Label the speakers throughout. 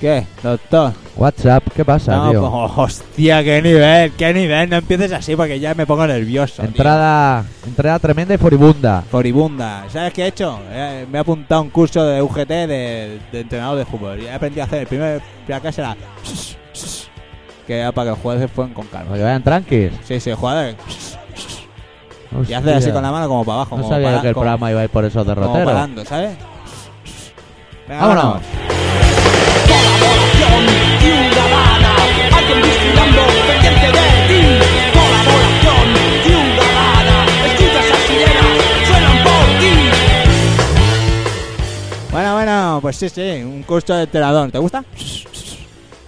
Speaker 1: ¿Qué, doctor?
Speaker 2: WhatsApp, ¿qué pasa,
Speaker 1: No,
Speaker 2: tío?
Speaker 1: pues, hostia, qué nivel, qué nivel. No empieces así porque ya me pongo nervioso. tío.
Speaker 2: entrada, entrada tremenda y furibunda.
Speaker 1: Foribunda. ¿Sabes qué he hecho? Eh, me he apuntado a un curso de UGT de, de entrenador de fútbol. Y he aprendido a hacer el primer primera clase era... Que era para que los jugadores fueran con calma.
Speaker 2: Porque vayan tranquis.
Speaker 1: Sí, sí, jugadores... Y haces así
Speaker 2: Hostia.
Speaker 1: con la mano como para abajo.
Speaker 2: No
Speaker 1: como
Speaker 2: sabía
Speaker 1: para-
Speaker 2: que el
Speaker 1: como-
Speaker 2: programa iba a ir por esos
Speaker 1: como
Speaker 2: derroteros.
Speaker 1: parando, ¿sabes? Venga,
Speaker 2: Vámonos.
Speaker 3: Colaboración ciudadana, alguien vigilando, pendiente de ti. Colaboración ciudadana, escucha esas sirenas, suenan por ti.
Speaker 1: Bueno, bueno, pues sí, sí, un curso de entrenador. ¿Te gusta?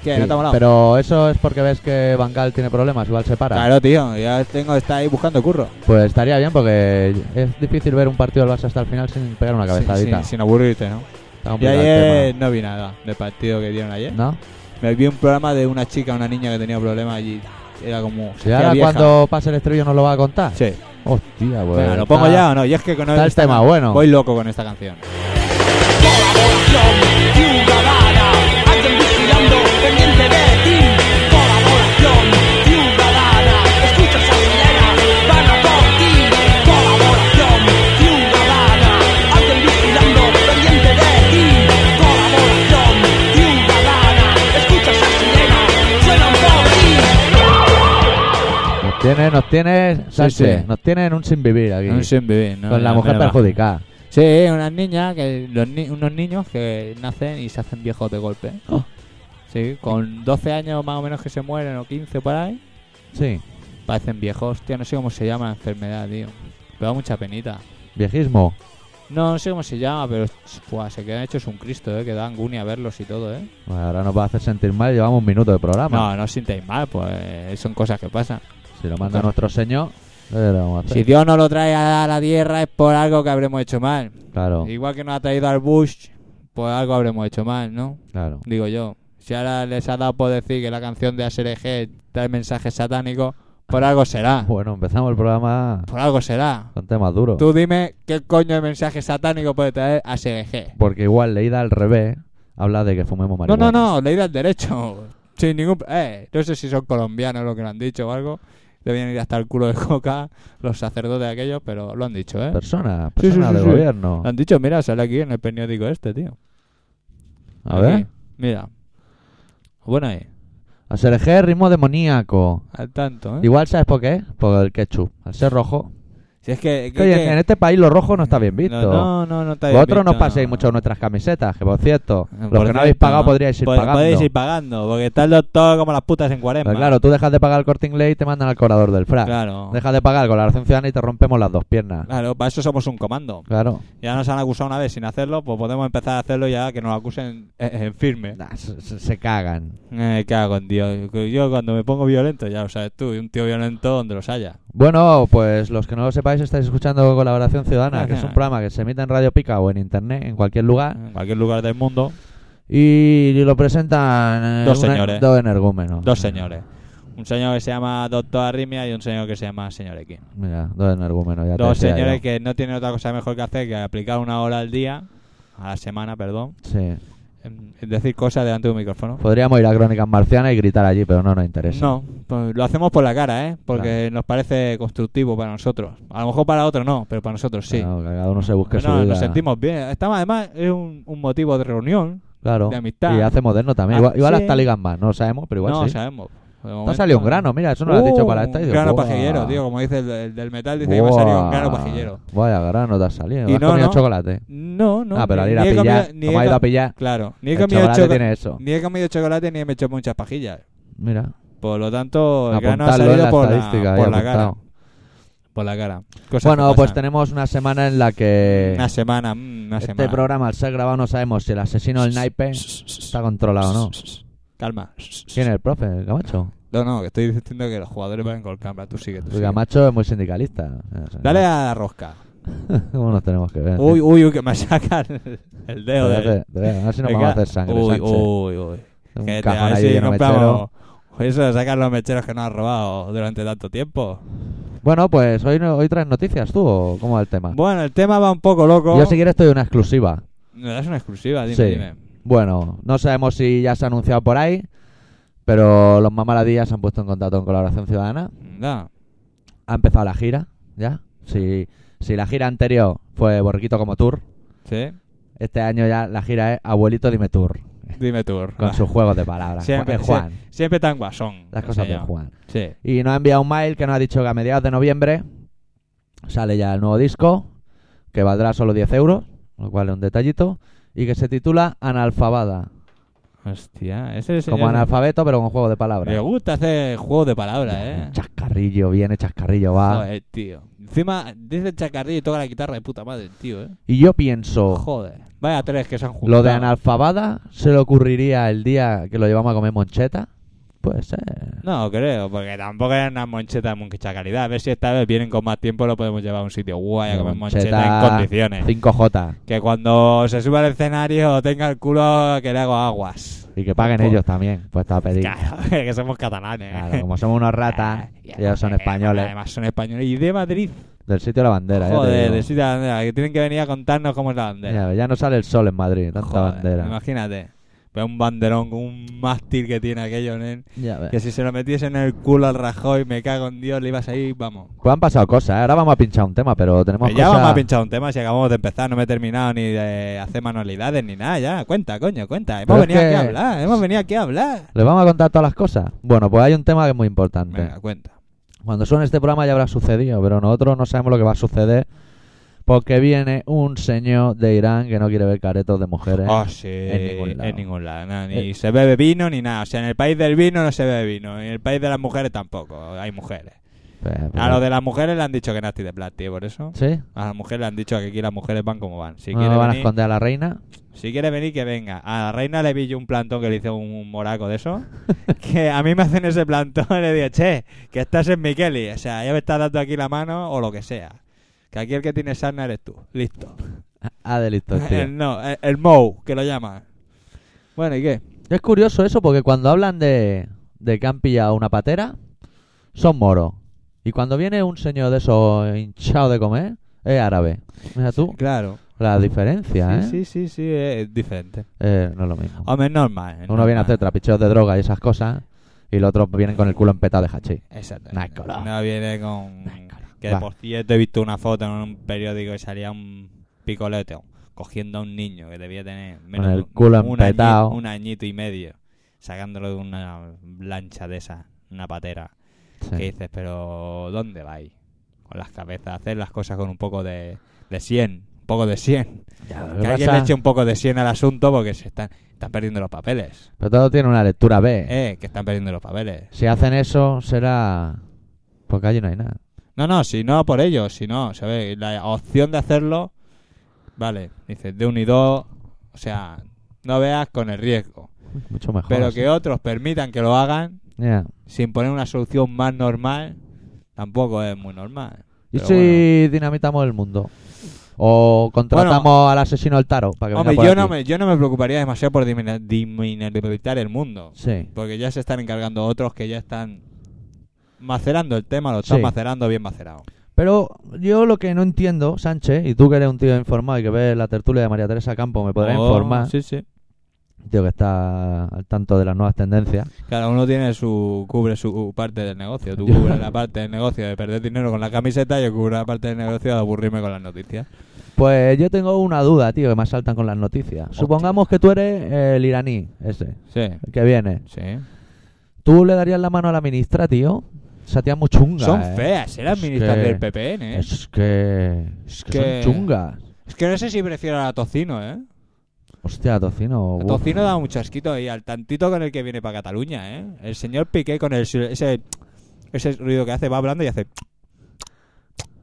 Speaker 1: ¿Qué? ¿No
Speaker 2: Sí,
Speaker 1: te ha molado?
Speaker 2: pero eso es porque ves que Bangal tiene problemas, igual se para.
Speaker 1: Claro, tío, ya tengo que estar ahí buscando curro.
Speaker 2: Pues estaría bien porque es difícil ver un partido del Barça hasta el final sin pegar una cabezadita.
Speaker 1: Sin, sin aburrirte, ¿no?
Speaker 2: Está
Speaker 1: Y
Speaker 2: complicado el
Speaker 1: ayer no vi nada del partido que dieron ayer.
Speaker 2: tema, ¿No?
Speaker 1: Me vi un programa de una chica, una niña que tenía problemas allí. Era como. se
Speaker 2: Y
Speaker 1: hacía
Speaker 2: ahora
Speaker 1: vieja.
Speaker 2: cuando pase el estribillo nos lo va a contar.
Speaker 1: Sí.
Speaker 2: Hostia, pues.
Speaker 1: Venga, ¿lo
Speaker 2: está-
Speaker 1: pongo ya o no? Y es que con
Speaker 2: Está el
Speaker 1: esta-
Speaker 2: tema bueno.
Speaker 1: Voy loco con esta canción.
Speaker 3: Colaboración ciudadana, alguien vigilando, pendiente de ti. Colaboración ciudadana, escucha esas sirenas, van a por ti. Colaboración ciudadana, alguien vigilando, pendiente de ti. Colaboración ciudadana, escucha esas sirenas, suenan por ti.
Speaker 2: Nos tiene, nos tiene, Sánchez,
Speaker 1: sí.
Speaker 2: nos tiene en un sin vivir aquí.
Speaker 1: Un sin vivir, ¿no?
Speaker 2: con la
Speaker 1: No,
Speaker 2: mujer
Speaker 1: no, no.
Speaker 2: perjudicada.
Speaker 1: Sí, unas niñas, que los ni- unos niños que nacen y se hacen viejos de golpe.
Speaker 2: Oh.
Speaker 1: Sí, con 12 años más o menos que se mueren o 15 por ahí.
Speaker 2: Sí,
Speaker 1: Parecen viejos, tío, no sé cómo se llama la enfermedad, tío. Pero da mucha penita.
Speaker 2: viejismo.
Speaker 1: No, no sé cómo se llama, pero buah, se quedan hechos un Cristo, ¿eh? Que da angustia verlos y todo, ¿eh?
Speaker 2: Bueno, Pues ahora nos va a hacer sentir mal, llevamos un minuto de programa.
Speaker 1: No, no os sintáis mal, pues son cosas que pasan.
Speaker 2: Si lo manda nuestro señor, ¿qué le vamos a hacer?
Speaker 1: Si Dios no lo trae a la tierra es por algo que habremos hecho mal.
Speaker 2: Claro,
Speaker 1: Igual que nos ha traído al Bush, por algo habremos hecho mal, ¿no?
Speaker 2: claro.
Speaker 1: Digo yo. Si ahora les ha dado por decir que la canción de ASRG trae mensajes satánicos, por algo será.
Speaker 2: Bueno, empezamos el programa
Speaker 1: Por algo será.
Speaker 2: con temas duros.
Speaker 1: Tú dime qué coño de mensaje satánico puede traer a SGG.
Speaker 2: Porque igual leída al revés, habla de que fumemos
Speaker 1: No,
Speaker 2: marihuana.
Speaker 1: no, no, ley del derecho. Sin ningún. Eh, no sé si son colombianos lo que lo han dicho o algo. Debían ir hasta el culo de coca los sacerdotes aquellos, pero lo han dicho, ¿eh?
Speaker 2: Persona,
Speaker 1: Sí, sí,
Speaker 2: persona
Speaker 1: sí,
Speaker 2: de
Speaker 1: sí.
Speaker 2: gobierno.
Speaker 1: Lo han dicho, mira, sale aquí en el periódico este, tío.
Speaker 2: A ver.
Speaker 1: Aquí, mira. Bueno, ahí.
Speaker 2: Al ser eje, ritmo demoníaco.
Speaker 1: Al tanto, ¿eh?
Speaker 2: Igual, ¿sabes por qué? Por el ketchup. Al ser rojo.
Speaker 1: si es que.
Speaker 2: Que, oye, en este país lo rojo no está bien visto.
Speaker 1: No, no, no, no está bien
Speaker 2: Vosotros no
Speaker 1: visto,
Speaker 2: paséis mucho nuestras camisetas, que por cierto,
Speaker 1: Eh,
Speaker 2: los
Speaker 1: por
Speaker 2: que no habéis
Speaker 1: cierto,
Speaker 2: pagado
Speaker 1: ¿no?
Speaker 2: podríais ir
Speaker 1: Pod-
Speaker 2: pagando.
Speaker 1: Podéis ir pagando, porque está el doctor como las putas en cuarenta.
Speaker 2: Pero Pues claro, tú dejas de pagar el corte inglés y te mandan al cobrador del frac.
Speaker 1: Claro.
Speaker 2: Dejas de pagar con la colaboración ciudadana y te rompemos las dos piernas.
Speaker 1: Claro, para eso somos un comando.
Speaker 2: Claro.
Speaker 1: Ya nos han acusado una vez sin hacerlo, pues podemos empezar a hacerlo ya que nos acusen eh, en, en firme.
Speaker 2: Nah, se, se- se cagan.
Speaker 1: Eh, ¿Qué hago, tío? Yo cuando me pongo violento, ya lo sabes tú, y un tío violento donde los haya.
Speaker 2: Bueno, pues los que no lo sepáis estáis escuchando Colaboración Ciudadana, que es un programa que se emite en Radio Pica o en Internet, en cualquier lugar,
Speaker 1: En cualquier lugar del mundo,
Speaker 2: y lo presentan eh,
Speaker 1: Dos
Speaker 2: un-
Speaker 1: señores.
Speaker 2: dos energúmenos.
Speaker 1: dos señores. Un señor que se llama Doctor Arrimia y un señor que se llama Señor X.
Speaker 2: Mira, dos energúmenos. Ya te
Speaker 1: Dos
Speaker 2: decía yo.
Speaker 1: señores que no tienen otra cosa mejor que hacer que aplicar una hora al día, a la semana, perdón,
Speaker 2: Sí.
Speaker 1: en- en decir cosas delante de un micrófono.
Speaker 2: Podríamos ir a Crónicas Marcianas y gritar allí, pero no nos interesa.
Speaker 1: No, pues lo hacemos por la cara, ¿eh? Porque nos parece constructivo para nosotros. A lo mejor para otros no, pero para nosotros sí.
Speaker 2: Claro, que cada uno se busque su
Speaker 1: No,
Speaker 2: vida.
Speaker 1: nos sentimos bien. Estamos, además, es un, un motivo de reunión.
Speaker 2: Claro.
Speaker 1: de amistad.
Speaker 2: Y hace moderno también.
Speaker 1: Ah,
Speaker 2: igual igual
Speaker 1: sí.
Speaker 2: hasta ligas más, no lo sabemos, pero igual
Speaker 1: no
Speaker 2: sí.
Speaker 1: sabemos. De
Speaker 2: Te ha
Speaker 1: momento-
Speaker 2: salido un grano, mira, eso no lo has dicho
Speaker 1: Uh,
Speaker 2: para esta. y
Speaker 1: Un
Speaker 2: digo,
Speaker 1: grano
Speaker 2: "Buah,
Speaker 1: pajillero, tío. Como dice el, el del metal, dice que me ha
Speaker 2: buah,
Speaker 1: salido un grano pajillero.
Speaker 2: Vaya grano te ha salido.
Speaker 1: Y
Speaker 2: has
Speaker 1: no,
Speaker 2: comido
Speaker 1: no.
Speaker 2: chocolate.
Speaker 1: No, no.
Speaker 2: ah,
Speaker 1: ni-
Speaker 2: pero al ir a
Speaker 1: ni he
Speaker 2: pillar,
Speaker 1: comido- ni
Speaker 2: como
Speaker 1: he
Speaker 2: ha ido
Speaker 1: co-
Speaker 2: a pillar,
Speaker 1: Claro, ni he,
Speaker 2: el
Speaker 1: comido
Speaker 2: chocolate
Speaker 1: choco-
Speaker 2: tiene eso.
Speaker 1: ni he comido chocolate ni me he hecho muchas pajillas.
Speaker 2: Mira,
Speaker 1: Por lo tanto, el grano ha
Speaker 2: apuntarlo en
Speaker 1: salido
Speaker 2: la
Speaker 1: por
Speaker 2: estadística.
Speaker 1: la,
Speaker 2: ahí
Speaker 1: por la cara.
Speaker 2: apuntado.
Speaker 1: Por la cara. Cosas
Speaker 2: Bueno,
Speaker 1: que
Speaker 2: pues
Speaker 1: pasan.
Speaker 2: tenemos una semana en la que
Speaker 1: Una semana, mm, una
Speaker 2: este
Speaker 1: semana.
Speaker 2: programa, al ser grabado, no sabemos si el asesino del naipe está controlado o no.
Speaker 1: Calma.
Speaker 2: ¿Quién es el profe? ¿El Camacho?
Speaker 1: No, no, que estoy diciendo que los jugadores van con calma. Tú sigue, tú
Speaker 2: El
Speaker 1: sigue.
Speaker 2: Camacho es muy sindicalista.
Speaker 1: Dale a la rosca.
Speaker 2: ¿Cómo nos tenemos que ver?
Speaker 1: Uy, uy, uy, que me sacan el dedo.
Speaker 2: Te voy a
Speaker 1: de...
Speaker 2: hacer- te voy a- a ver si nos
Speaker 1: Eh, Venga.
Speaker 2: vamos a hacer sangre.
Speaker 1: Uy,
Speaker 2: Sánchez.
Speaker 1: uy, uy.
Speaker 2: Un
Speaker 1: Que te- a
Speaker 2: cajón
Speaker 1: ver
Speaker 2: ahí
Speaker 1: si
Speaker 2: lleno de mechero.
Speaker 1: compramos. Eso, sacan los mecheros que nos han robado durante tanto tiempo.
Speaker 2: Bueno, pues hoy, no- hoy traes noticias tú o cómo va el tema.
Speaker 1: Bueno, el tema va un poco loco.
Speaker 2: Yo si quieres estoy una exclusiva.
Speaker 1: Me das una exclusiva, dime,
Speaker 2: Sí.
Speaker 1: dime.
Speaker 2: Bueno, no sabemos si ya se ha anunciado por ahí, pero los mamaladillas se han puesto en contacto con Colaboración Ciudadana.
Speaker 1: Anda.
Speaker 2: Ha empezado la gira, ¿ya? Si, si la gira anterior fue Borriquito como Tour,
Speaker 1: Sí.
Speaker 2: este año ya la gira es Abuelito Dime Tour,
Speaker 1: Dime tú.
Speaker 2: con
Speaker 1: va.
Speaker 2: sus juegos de palabras.
Speaker 1: Siempre,
Speaker 2: Ju- de Juan,
Speaker 1: sie- siempre tan guasón.
Speaker 2: las
Speaker 1: el
Speaker 2: cosas de
Speaker 1: señor.
Speaker 2: Juan.
Speaker 1: Sí.
Speaker 2: Y nos ha enviado un mail que nos ha dicho que a mediados de noviembre sale ya el nuevo disco, que valdrá solo 10 euros, lo cual es un detallito, y que se titula Analfabada.
Speaker 1: Hostia, ese es
Speaker 2: Como analfabeto, pero con juego de palabras.
Speaker 1: Me gusta hacer juegos de palabras, eh.
Speaker 2: Chascarrillo, viene chascarrillo, va.
Speaker 1: Joder, tío. Encima dice chacarrillo y toca la guitarra de puta madre, tío, eh.
Speaker 2: Y yo pienso,
Speaker 1: Joder. Vaya tres que se han juntado.
Speaker 2: Oh. lo de analfabada se le ocurriría el día que lo llevamos a comer moncheta. Puede ser.
Speaker 1: No creo, porque tampoco es una moncheta de mucha calidad. A ver si esta vez vienen con más tiempo lo podemos llevar a un sitio guay a comer moncheta, en condiciones.
Speaker 2: 5J.
Speaker 1: Que cuando se suba al escenario tenga el culo que le hago aguas.
Speaker 2: Y que paguen
Speaker 1: Por-
Speaker 2: ellos también, pues está a pedir.
Speaker 1: Claro, que somos catalanes. eh.
Speaker 2: Claro, como somos unos ratas,
Speaker 1: Ah, y
Speaker 2: ellos son
Speaker 1: además-
Speaker 2: españoles.
Speaker 1: Además son españoles. Y de Madrid.
Speaker 2: Del sitio de la bandera, ya te
Speaker 1: Joder,
Speaker 2: digo.
Speaker 1: de sitio de la bandera. Que tienen que venir a contarnos cómo es la bandera.
Speaker 2: Ya, ya no sale el sol en Madrid, tanta
Speaker 1: Joder,
Speaker 2: bandera.
Speaker 1: Imagínate. Ve un banderón con un mástil que tiene aquello, nen.
Speaker 2: Ya ves.
Speaker 1: Que si se lo metiesen en el culo al Rajoy, me cago en Dios, le ibas ahí, vamos.
Speaker 2: Pues han pasado cosas, ¿eh? ahora vamos a pinchar un tema, pero tenemos
Speaker 1: Ya
Speaker 2: cosas-
Speaker 1: vamos a pinchar un tema si acabamos de empezar, no me he terminado ni de hacer manualidades ni nada, ya. Cuenta, coño, cuenta. Hemos
Speaker 2: Pero es
Speaker 1: venido aquí a
Speaker 2: que-
Speaker 1: hablar, hemos venido aquí a hablar.
Speaker 2: ¿Les vamos a contar todas las cosas? Bueno, pues hay un tema que es muy importante.
Speaker 1: Venga, cuenta.
Speaker 2: Cuando suene este programa ya habrá sucedido, pero nosotros no sabemos lo que va a suceder porque viene un señor de Irán que no quiere ver caretos de mujeres.
Speaker 1: Ah, sí,
Speaker 2: en ningún lado.
Speaker 1: en ningún lado, nada, ni
Speaker 2: Eh.
Speaker 1: se bebe vino ni nada. O sea, en el país del vino no se bebe vino, en el país de las mujeres tampoco, hay mujeres.
Speaker 2: Pues,
Speaker 1: A
Speaker 2: pues,
Speaker 1: los Ah, de las mujeres le han dicho que nasty de plat, tío, por eso.
Speaker 2: ¿Sí?
Speaker 1: A las mujeres le han dicho que aquí las mujeres van como van. Si
Speaker 2: ¿No
Speaker 1: quiere
Speaker 2: Ah, van a
Speaker 1: venir,
Speaker 2: esconder a la reina?
Speaker 1: si quiere venir, que venga. A la reina le vi yo un plantón que le hice un, un moraco de eso. que a mí me hacen ese plantón y le digo, che, que estás en Mikeli. O sea, ya me estás dando aquí la mano o lo que sea. Que aquí el que tiene sarna eres tú. Listo.
Speaker 2: Ah, de listo, tío.
Speaker 1: el, no, el, el Mou, que lo llaman. Bueno, ¿y qué?
Speaker 2: Es curioso eso porque cuando hablan de, de que han pillado una patera, son moros. Y cuando viene un señor de esos hinchado de comer, es árabe. Mira tú,
Speaker 1: Claro.
Speaker 2: la diferencia, ¿eh?
Speaker 1: sí, sí, sí, sí, es diferente.
Speaker 2: Eh, No es lo mismo.
Speaker 1: Hombre, es normal. es
Speaker 2: Uno viene a
Speaker 1: normal.
Speaker 2: hacer trapicheos de droga y esas cosas, y los otros vienen con el culo empetado de hachís.
Speaker 1: Exactamente.
Speaker 2: Nah, color.
Speaker 1: No viene con.
Speaker 2: Nah, color.
Speaker 1: Mm, Que de
Speaker 2: Va.
Speaker 1: por cierto he visto una foto en un periódico y salía un picolete cogiendo a un niño que debía tener menos
Speaker 2: el
Speaker 1: de un-
Speaker 2: culo
Speaker 1: un, añi-
Speaker 2: empetado.
Speaker 1: un añito y medio, sacándolo de una lancha de esa, una patera.
Speaker 2: Sí.
Speaker 1: Que dices, pero ¿dónde vais? Con las cabezas, hacer las cosas con un poco de, de 100, un poco de 100.
Speaker 2: Ya, lo
Speaker 1: Que
Speaker 2: que
Speaker 1: alguien
Speaker 2: pasa-
Speaker 1: le eche un poco de 100 al asunto porque se están, están perdiendo los papeles.
Speaker 2: Pero todo tiene una lectura B.
Speaker 1: Eh, que están perdiendo los papeles.
Speaker 2: Si hacen eso, será... Porque allí no hay nada.
Speaker 1: No, no, si no por ellos, si no, ¿sabes? La opción de hacerlo, vale, dices, de un y dos, o sea, no veas con el riesgo.
Speaker 2: Uy, Mucho mejor.
Speaker 1: Pero
Speaker 2: así.
Speaker 1: que otros permitan que lo hagan
Speaker 2: Ya.
Speaker 1: sin poner una solución más normal, tampoco es muy normal.
Speaker 2: ¿Y
Speaker 1: Pero
Speaker 2: si
Speaker 1: bueno.
Speaker 2: dinamitamos el mundo? ¿O contratamos al asesino del Taro? Para que venga
Speaker 1: Hombre,
Speaker 2: por
Speaker 1: yo
Speaker 2: aquí?
Speaker 1: no, me, yo no me preocuparía demasiado por dimina- diminabilitar el mundo,
Speaker 2: Sí.
Speaker 1: porque ya se están encargando otros que ya están macerando el tema, lo están
Speaker 2: Sí.
Speaker 1: macerando bien macerado.
Speaker 2: Pero yo lo que no entiendo, Sánchez, y tú que eres un tío informado y que ves la tertulia de María Teresa Campo, me podrás
Speaker 1: Oh,
Speaker 2: informar,
Speaker 1: Sí, sí.
Speaker 2: tío que está al tanto de las nuevas tendencias.
Speaker 1: Cada uno tiene su cubre su parte del negocio. Tú
Speaker 2: Yo-
Speaker 1: cubres la parte del negocio de perder dinero con la camiseta y yo cubro la parte del negocio de aburrirme con las noticias.
Speaker 2: Pues yo tengo una duda, tío, que me saltan con las noticias. Supongamos que tú eres eh, el iraní, ese,
Speaker 1: Sí,
Speaker 2: el que viene.
Speaker 1: sí.
Speaker 2: ¿Tú le darías la mano a la ministra, tío? Esa tía es muy chunga.
Speaker 1: Son
Speaker 2: eh.
Speaker 1: feas, eran
Speaker 2: Es
Speaker 1: ministras
Speaker 2: que-
Speaker 1: del PPN, ¿eh? Es...
Speaker 2: Es que... Es
Speaker 1: Es
Speaker 2: que,
Speaker 1: que-
Speaker 2: son chungas.
Speaker 1: que no sé si prefiero a la tocino, ¿eh?
Speaker 2: Hostia, tocino.
Speaker 1: La
Speaker 2: uf.
Speaker 1: tocino da un chasquito y al tantito con el que viene para Cataluña, ¿eh? El señor Piqué con el, sil- ese, ese ruido que hace, va hablando y hace...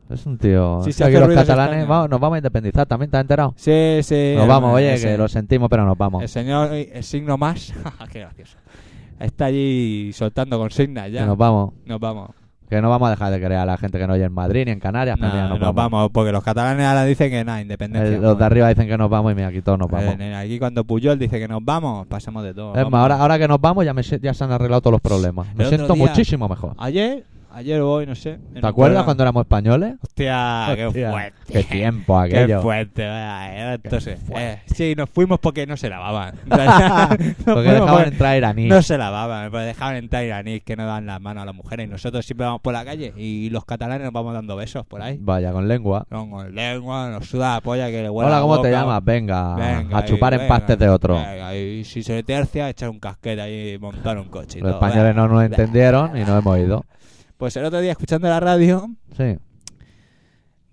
Speaker 2: Es un tío.
Speaker 1: Sí,
Speaker 2: es
Speaker 1: se
Speaker 2: que
Speaker 1: hace
Speaker 2: aquí los
Speaker 1: ruido desde
Speaker 2: catalanes
Speaker 1: España.
Speaker 2: vamos- nos vamos a independizar también, ¿te has enterado?
Speaker 1: Sí, eh. sí. eh,
Speaker 2: Nos vamos, oye,
Speaker 1: ese-
Speaker 2: que lo sentimos, pero nos vamos.
Speaker 1: El señor, eh, el signo más... Qué gracioso. Está allí soltando consignas
Speaker 2: Que
Speaker 1: ya.
Speaker 2: nos vamos.
Speaker 1: Nos vamos.
Speaker 2: Que no vamos a dejar de creer a la gente que no oye en Madrid ni en Canarias. pero
Speaker 1: Nah,
Speaker 2: mira,
Speaker 1: nos vamos. porque los catalanes ahora dicen que nada, independencia.
Speaker 2: Eh, los de arriba dicen que nos vamos y mira, aquí todos nos vamos.
Speaker 1: Eh, nena, aquí cuando Puyol dice que nos vamos, pasamos de todo.
Speaker 2: es
Speaker 1: vamos.
Speaker 2: más, ahora, ahora que nos vamos ya, me, si- ya se han arreglado todos los problemas.
Speaker 1: El
Speaker 2: Me
Speaker 1: otro
Speaker 2: siento
Speaker 1: día-
Speaker 2: muchísimo mejor.
Speaker 1: Ayer, ayer o hoy, no sé. en
Speaker 2: ¿Te
Speaker 1: un
Speaker 2: acuerdas
Speaker 1: programa.
Speaker 2: cuando éramos españoles?
Speaker 1: Hostia, qué
Speaker 2: Hostia,
Speaker 1: fuerte.
Speaker 2: Qué tiempo
Speaker 1: Qué
Speaker 2: aquello.
Speaker 1: fuerte, vaya, eh, Entonces,
Speaker 2: Qué fuerte.
Speaker 1: eh, sí, nos fuimos porque no se lavaban. Nos
Speaker 2: Porque
Speaker 1: fuimos
Speaker 2: dejaban
Speaker 1: porque-
Speaker 2: entrar iraní.
Speaker 1: pues, No se lavaban, pero dejaban entrar iraníes que no dan las manos a las mujeres. Y nosotros siempre vamos por la calle y los catalanes nos vamos dando besos por ahí.
Speaker 2: Vaya, con lengua.
Speaker 1: Con lengua, nos suda la polla que le huele
Speaker 2: Hola,
Speaker 1: la
Speaker 2: ¿cómo te
Speaker 1: boca.
Speaker 2: llamas? Venga,
Speaker 1: Venga,
Speaker 2: a chupar
Speaker 1: y
Speaker 2: en
Speaker 1: venga,
Speaker 2: pastes de otro.
Speaker 1: venga, y si se le tercia, echar un casquete ahí y montar un coche. y
Speaker 2: Los
Speaker 1: todo,
Speaker 2: españoles
Speaker 1: venga.
Speaker 2: no nos entendieron y nos hemos ido.
Speaker 1: Pues el otro día, escuchando la radio,
Speaker 2: Sí.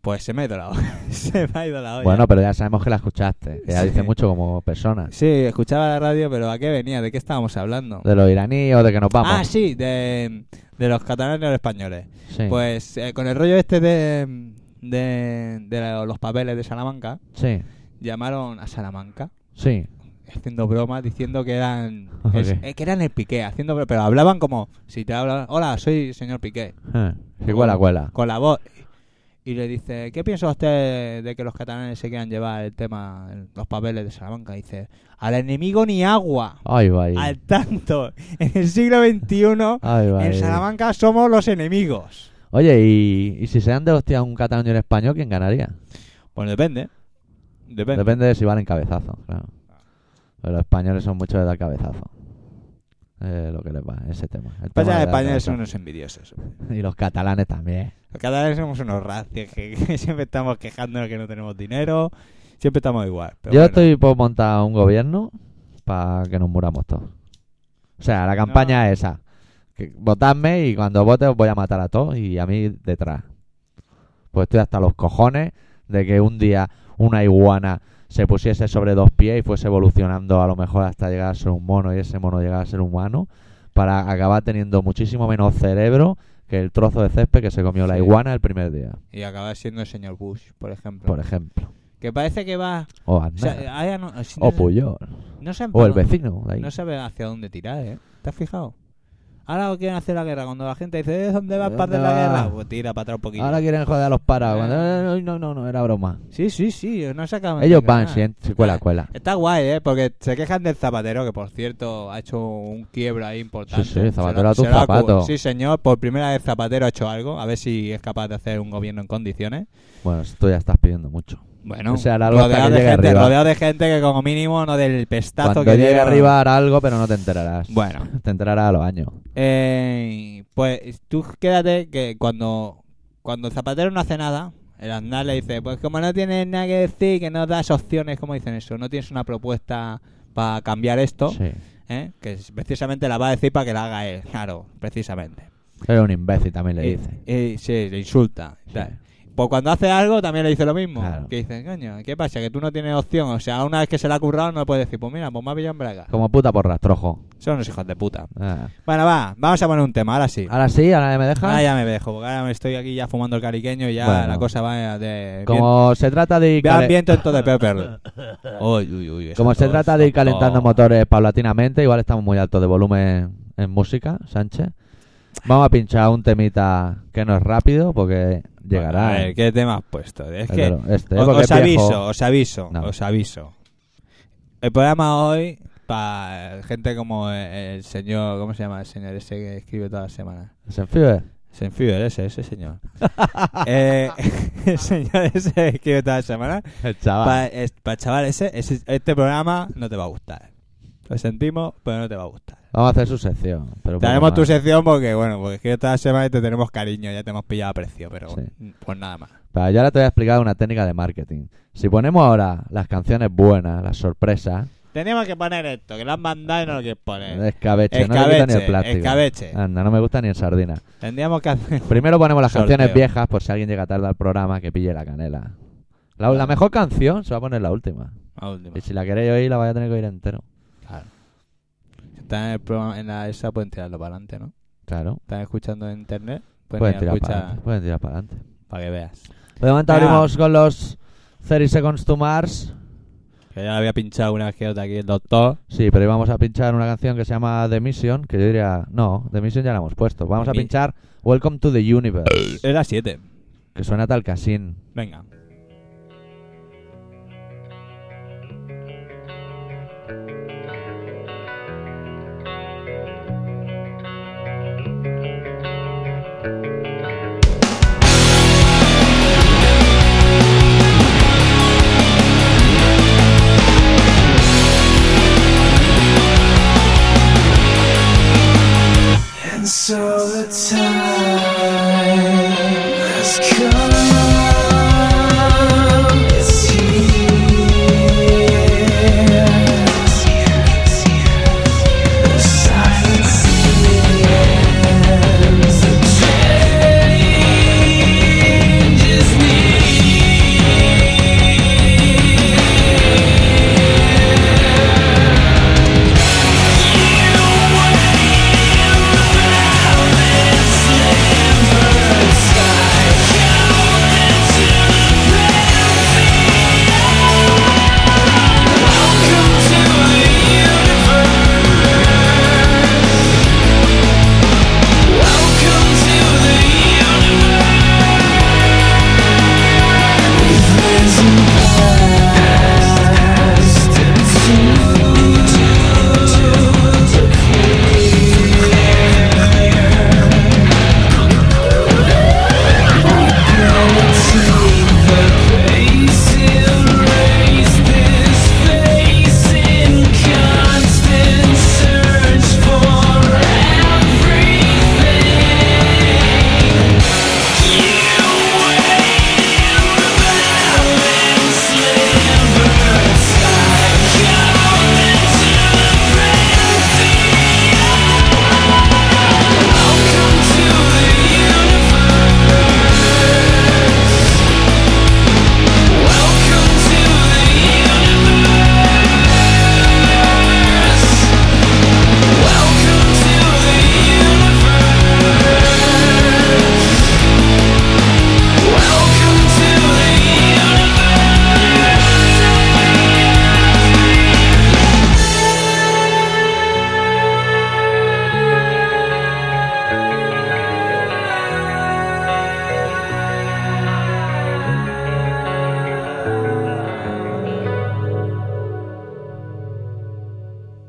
Speaker 1: pues se me ha ido la olla. se me ha ido la olla.
Speaker 2: Bueno, pero ya sabemos que la escuchaste. Que ya
Speaker 1: Sí.
Speaker 2: dice mucho como persona.
Speaker 1: Sí, escuchaba la radio, pero ¿a qué venía? ¿De qué estábamos hablando?
Speaker 2: De los iraníes o de que nos vamos.
Speaker 1: Ah, sí, de, de los catalanes y los españoles.
Speaker 2: Sí.
Speaker 1: Pues eh, con el rollo este de, de, de los papeles de Salamanca,
Speaker 2: Sí.
Speaker 1: llamaron a Salamanca
Speaker 2: Sí.
Speaker 1: haciendo bromas, diciendo que eran
Speaker 2: Ah, Ok.
Speaker 1: es- eh, que eran el Piqué, haciendo bro- pero hablaban como si te hablan, hola, soy señor Piqué,
Speaker 2: Eh, Sí, cuela, cuela.
Speaker 1: con la voz y le dice, ¿qué piensa usted de que los catalanes se quieran llevar el tema, el- los papeles de Salamanca? Y dice, al enemigo ni agua,
Speaker 2: Ay, va. ahí.
Speaker 1: al tanto, en el siglo XXI
Speaker 2: Ay, va.
Speaker 1: en
Speaker 2: ahí.
Speaker 1: Salamanca somos los enemigos.
Speaker 2: Oye, ¿y, y si se dan de hostia un catalán y un español, ¿quién ganaría?
Speaker 1: Bueno, depende. Depende.
Speaker 2: Depende de si van en cabezazo, claro. Pero los españoles son muchos de dar cabezazo. Eh, lo que les va, ese tema. El
Speaker 1: Pasa
Speaker 2: tema
Speaker 1: que
Speaker 2: de
Speaker 1: los
Speaker 2: dar
Speaker 1: españoles
Speaker 2: cabezazo.
Speaker 1: son unos envidiosos.
Speaker 2: Y los catalanes también.
Speaker 1: Cada vez somos unos racias que, que siempre estamos quejándonos que no tenemos dinero. Siempre estamos igual. pero
Speaker 2: Yo
Speaker 1: bueno.
Speaker 2: estoy por montar un gobierno para que nos muramos todos. O sea, la campaña es esa. Que votadme y cuando vote os voy a matar a todos y a mí detrás. Pues estoy hasta los cojones de que un día una iguana se pusiese sobre dos pies y fuese evolucionando a lo mejor hasta llegar a ser un mono y ese mono llegar a ser humano para acabar teniendo muchísimo menos cerebro que el trozo de césped que se comió la
Speaker 1: Sí.
Speaker 2: iguana el primer día,
Speaker 1: Y acaba siendo el señor Bush, por ejemplo.
Speaker 2: por ejemplo.
Speaker 1: Que parece que va.
Speaker 2: O
Speaker 1: O, sea, eh,
Speaker 2: Aznar,
Speaker 1: ahora no, si no
Speaker 2: o
Speaker 1: se-
Speaker 2: Puyol,
Speaker 1: no saben
Speaker 2: o el
Speaker 1: para-
Speaker 2: vecino de ahí.
Speaker 1: No sabe hacia dónde tirar, ¿eh? ¿Te has fijado? Ahora quieren hacer la guerra. Cuando la gente dice, "Eh, ¿dónde vas
Speaker 2: ¿Dónde
Speaker 1: para hacer la
Speaker 2: va?
Speaker 1: guerra? Pues tira para atrás un poquito.
Speaker 2: Ahora quieren joder a los parados.
Speaker 1: Eh.
Speaker 2: Cuando- eh, No, no, no, era broma.
Speaker 1: Sí, sí, sí. No se acaban de
Speaker 2: Ellos van,
Speaker 1: engañar.
Speaker 2: si, en- si cuela, cuela.
Speaker 1: Está guay, ¿eh? Porque se quejan del zapatero, que por cierto ha hecho un quiebra ahí importante.
Speaker 2: Sí, sí, Zapatero
Speaker 1: Se lo-
Speaker 2: a tus
Speaker 1: se lo ha ocurrido.
Speaker 2: zapatos.
Speaker 1: Sí, señor, por primera vez Zapatero ha hecho algo. A ver si es capaz de hacer un gobierno en condiciones.
Speaker 2: Bueno, esto ya estás pidiendo mucho.
Speaker 1: Bueno,
Speaker 2: O sea, hará algo hasta
Speaker 1: rodeado,
Speaker 2: que
Speaker 1: de
Speaker 2: llegue
Speaker 1: gente,
Speaker 2: arriba.
Speaker 1: rodeado de gente que como mínimo no del pestazo
Speaker 2: Cuando
Speaker 1: que
Speaker 2: llegue
Speaker 1: dieron.
Speaker 2: arriba hará algo, pero no te enterarás.
Speaker 1: Bueno,
Speaker 2: Te enterarás a los años.
Speaker 1: eh, pues tú quédate que cuando, cuando Zapatero no hace nada, el Aznar le dice, pues como no tienes nada que decir, que no das opciones, como dicen eso, no tienes una propuesta para cambiar esto.
Speaker 2: Sí.
Speaker 1: ¿eh? que es- precisamente la va a decir para que la haga él, claro, precisamente.
Speaker 2: Eres un imbécil, también le
Speaker 1: Y-
Speaker 2: dice.
Speaker 1: y sí, le insulta.
Speaker 2: Sí.
Speaker 1: tal. Pues cuando hace algo también le dice lo mismo.
Speaker 2: Claro.
Speaker 1: Que dice, coño, ¿qué pasa? Que tú no tienes opción. O sea, una vez que se la ha currado no le puedes decir, pues mira, pues me ha pillado en braga.
Speaker 2: Como puta por rastrojo.
Speaker 1: Son unos hijos de puta.
Speaker 2: Ah.
Speaker 1: Bueno, va, vamos a poner un tema, ahora sí.
Speaker 2: Ahora sí, ahora me dejas.
Speaker 1: Ahora ya me dejo, porque ahora me estoy aquí ya fumando el cariqueño y ya
Speaker 2: Bueno.
Speaker 1: la cosa va de...
Speaker 2: Como se trata de ir
Speaker 1: Vean
Speaker 2: calen-
Speaker 1: viento en todo de Pepper. Uy, uy, uy, esa
Speaker 2: Como se
Speaker 1: tos,
Speaker 2: trata de ir
Speaker 1: esa tos.
Speaker 2: calentando motores paulatinamente, igual estamos muy altos de volumen en música, Sánchez. Vamos a pinchar un temita que no es rápido, porque llegará. ¿eh?
Speaker 1: A ver, ¿qué tema has puesto? Es que...
Speaker 2: Pero este,
Speaker 1: O-
Speaker 2: porque
Speaker 1: os
Speaker 2: es viejo.
Speaker 1: aviso, os aviso,
Speaker 2: No.
Speaker 1: os aviso. El programa hoy, para gente como el, el señor, ¿cómo se llama el señor ese que escribe todas las semanas?
Speaker 2: Senfíe.
Speaker 1: Senfiber, ese, ese señor. Eh, el señor ese que escribe todas las semanas.
Speaker 2: El chaval.
Speaker 1: Para chaval ese, ese- este programa no te va a gustar. Lo sentimos, pero no te va a gustar.
Speaker 2: Vamos a hacer su sección. Pero un poco
Speaker 1: Tenemos tu
Speaker 2: más.
Speaker 1: sección porque, bueno, porque escribe todas las semanas y te tenemos cariño, ya te hemos pillado a precio, pero
Speaker 2: Sí.
Speaker 1: pues nada más.
Speaker 2: Pero yo ahora te voy a explicar una técnica de marketing. Si ponemos ahora las canciones buenas, las sorpresas,
Speaker 1: Tenemos que poner esto, que lo han mandado y no lo quieres poner.
Speaker 2: es escabeche, no le quita ni el
Speaker 1: Eh, Escabeche,
Speaker 2: plástico. Ah.
Speaker 1: escabeche.
Speaker 2: Anda, no me gusta ni el sardina.
Speaker 1: Tendríamos que hacer.
Speaker 2: Primero ponemos las
Speaker 1: Sorteo.
Speaker 2: canciones viejas, por si alguien llega tarde al programa, que pille la canela. La, la mejor canción se va a poner la última.
Speaker 1: La última.
Speaker 2: Y si la queréis oír, la vais a tener que oír entero.
Speaker 1: Claro. Si están en, el programa, en la esa, pueden tirarlo para adelante, ¿no?
Speaker 2: Claro.
Speaker 1: Están escuchando en internet, pueden,
Speaker 2: Pueden
Speaker 1: ir a
Speaker 2: tirar para
Speaker 1: escuchar
Speaker 2: adelante. Pueden tirar para adelante.
Speaker 1: para que veas.
Speaker 2: De momento
Speaker 1: Venga.
Speaker 2: abrimos con los 30 Seconds to Mars.
Speaker 1: Que ya lo había pinchado una vez que otra aquí el doctor.
Speaker 2: Sí, pero íbamos a pinchar una canción que se llama The Mission, que yo diría, no, The Mission ya la hemos puesto. Vamos a
Speaker 1: Mi-
Speaker 2: pinchar Welcome to the Universe,
Speaker 1: Era 7.
Speaker 2: que suena tal casín.
Speaker 1: Venga.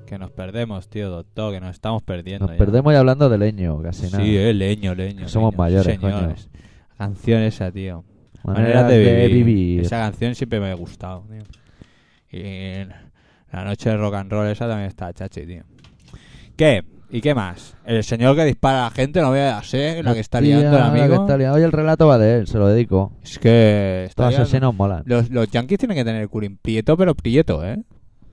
Speaker 1: Que nos perdemos, tío, doctor, que nos estamos perdiendo.
Speaker 2: Nos
Speaker 1: ya.
Speaker 2: perdemos y hablando de leño, casi nada.
Speaker 1: Sí, eh, leño, leño.
Speaker 2: Que somos
Speaker 1: leño,
Speaker 2: mayores,
Speaker 1: señores. Canción esa, tío.
Speaker 2: Maneras
Speaker 1: Maneras de vivir.
Speaker 2: vivir.
Speaker 1: Esa canción siempre me ha gustado, tío. Y la noche de rock and roll esa también está chachi, tío. ¿Qué? ¿Y qué más? El señor que dispara a la gente, no voy a sé, la que está
Speaker 2: Tía,
Speaker 1: liando el
Speaker 2: la que
Speaker 1: amigo.
Speaker 2: está liando. Hoy el relato va de él, se lo dedico.
Speaker 1: Es que... está
Speaker 2: Estos
Speaker 1: liando.
Speaker 2: asesinos molan.
Speaker 1: Los, los yankees tienen que tener el curín prieto, pero prieto, ¿eh?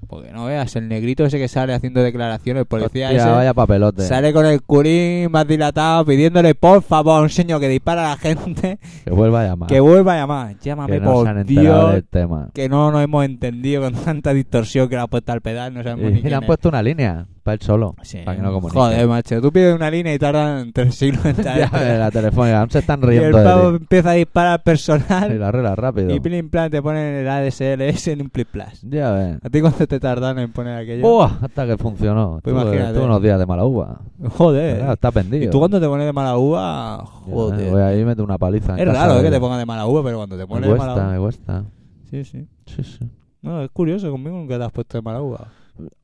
Speaker 1: Porque no veas, el negrito ese que sale haciendo declaraciones, el policía
Speaker 2: Hostia,
Speaker 1: ese...
Speaker 2: vaya papelote.
Speaker 1: Sale con el curín más dilatado pidiéndole por favor a un señor que dispara a la gente
Speaker 2: Que vuelva a llamar.
Speaker 1: que vuelva a llamar. Llámame
Speaker 2: Que no se han
Speaker 1: por
Speaker 2: enterado
Speaker 1: Dios.
Speaker 2: del tema.
Speaker 1: Que no nos hemos entendido con tanta distorsión que le ha puesto al pedal. No sabemos ni
Speaker 2: Y
Speaker 1: quién
Speaker 2: le han
Speaker 1: es.
Speaker 2: puesto una línea para él solo.
Speaker 1: Sí.
Speaker 2: Para que no comunique.
Speaker 1: Joder, macho. Tú pides una línea y tardan tres siglos en
Speaker 2: Ya, de
Speaker 1: traer.
Speaker 2: la telefónica. aún se están
Speaker 1: y el
Speaker 2: riendo de
Speaker 1: pavo
Speaker 2: ti.
Speaker 1: empieza a disparar
Speaker 2: Y
Speaker 1: personal.
Speaker 2: la regla rápido.
Speaker 1: Y Plin Plan te ponen el ADSLS en un Plin Plus.
Speaker 2: Ya ves.
Speaker 1: ¿A ti cuánto te tardan en poner aquello?
Speaker 2: Buah, hasta que funcionó.
Speaker 1: Pues
Speaker 2: tuve,
Speaker 1: imagínate.
Speaker 2: tuve unos días de mala uva.
Speaker 1: Joder.
Speaker 2: Claro, está vendido.
Speaker 1: y tú cuando te pones de mala uva,
Speaker 2: Ya,
Speaker 1: joder.
Speaker 2: Voy ahí y meto una paliza. en
Speaker 1: es
Speaker 2: casa
Speaker 1: raro eh,
Speaker 2: de
Speaker 1: que
Speaker 2: ella.
Speaker 1: te pongan de mala uva, pero cuando te pones
Speaker 2: Me
Speaker 1: de mala
Speaker 2: cuesta,
Speaker 1: uva.
Speaker 2: me cuesta.
Speaker 1: Sí, sí.
Speaker 2: Sí, sí.
Speaker 1: No, es curioso, conmigo nunca te has puesto de mala uva.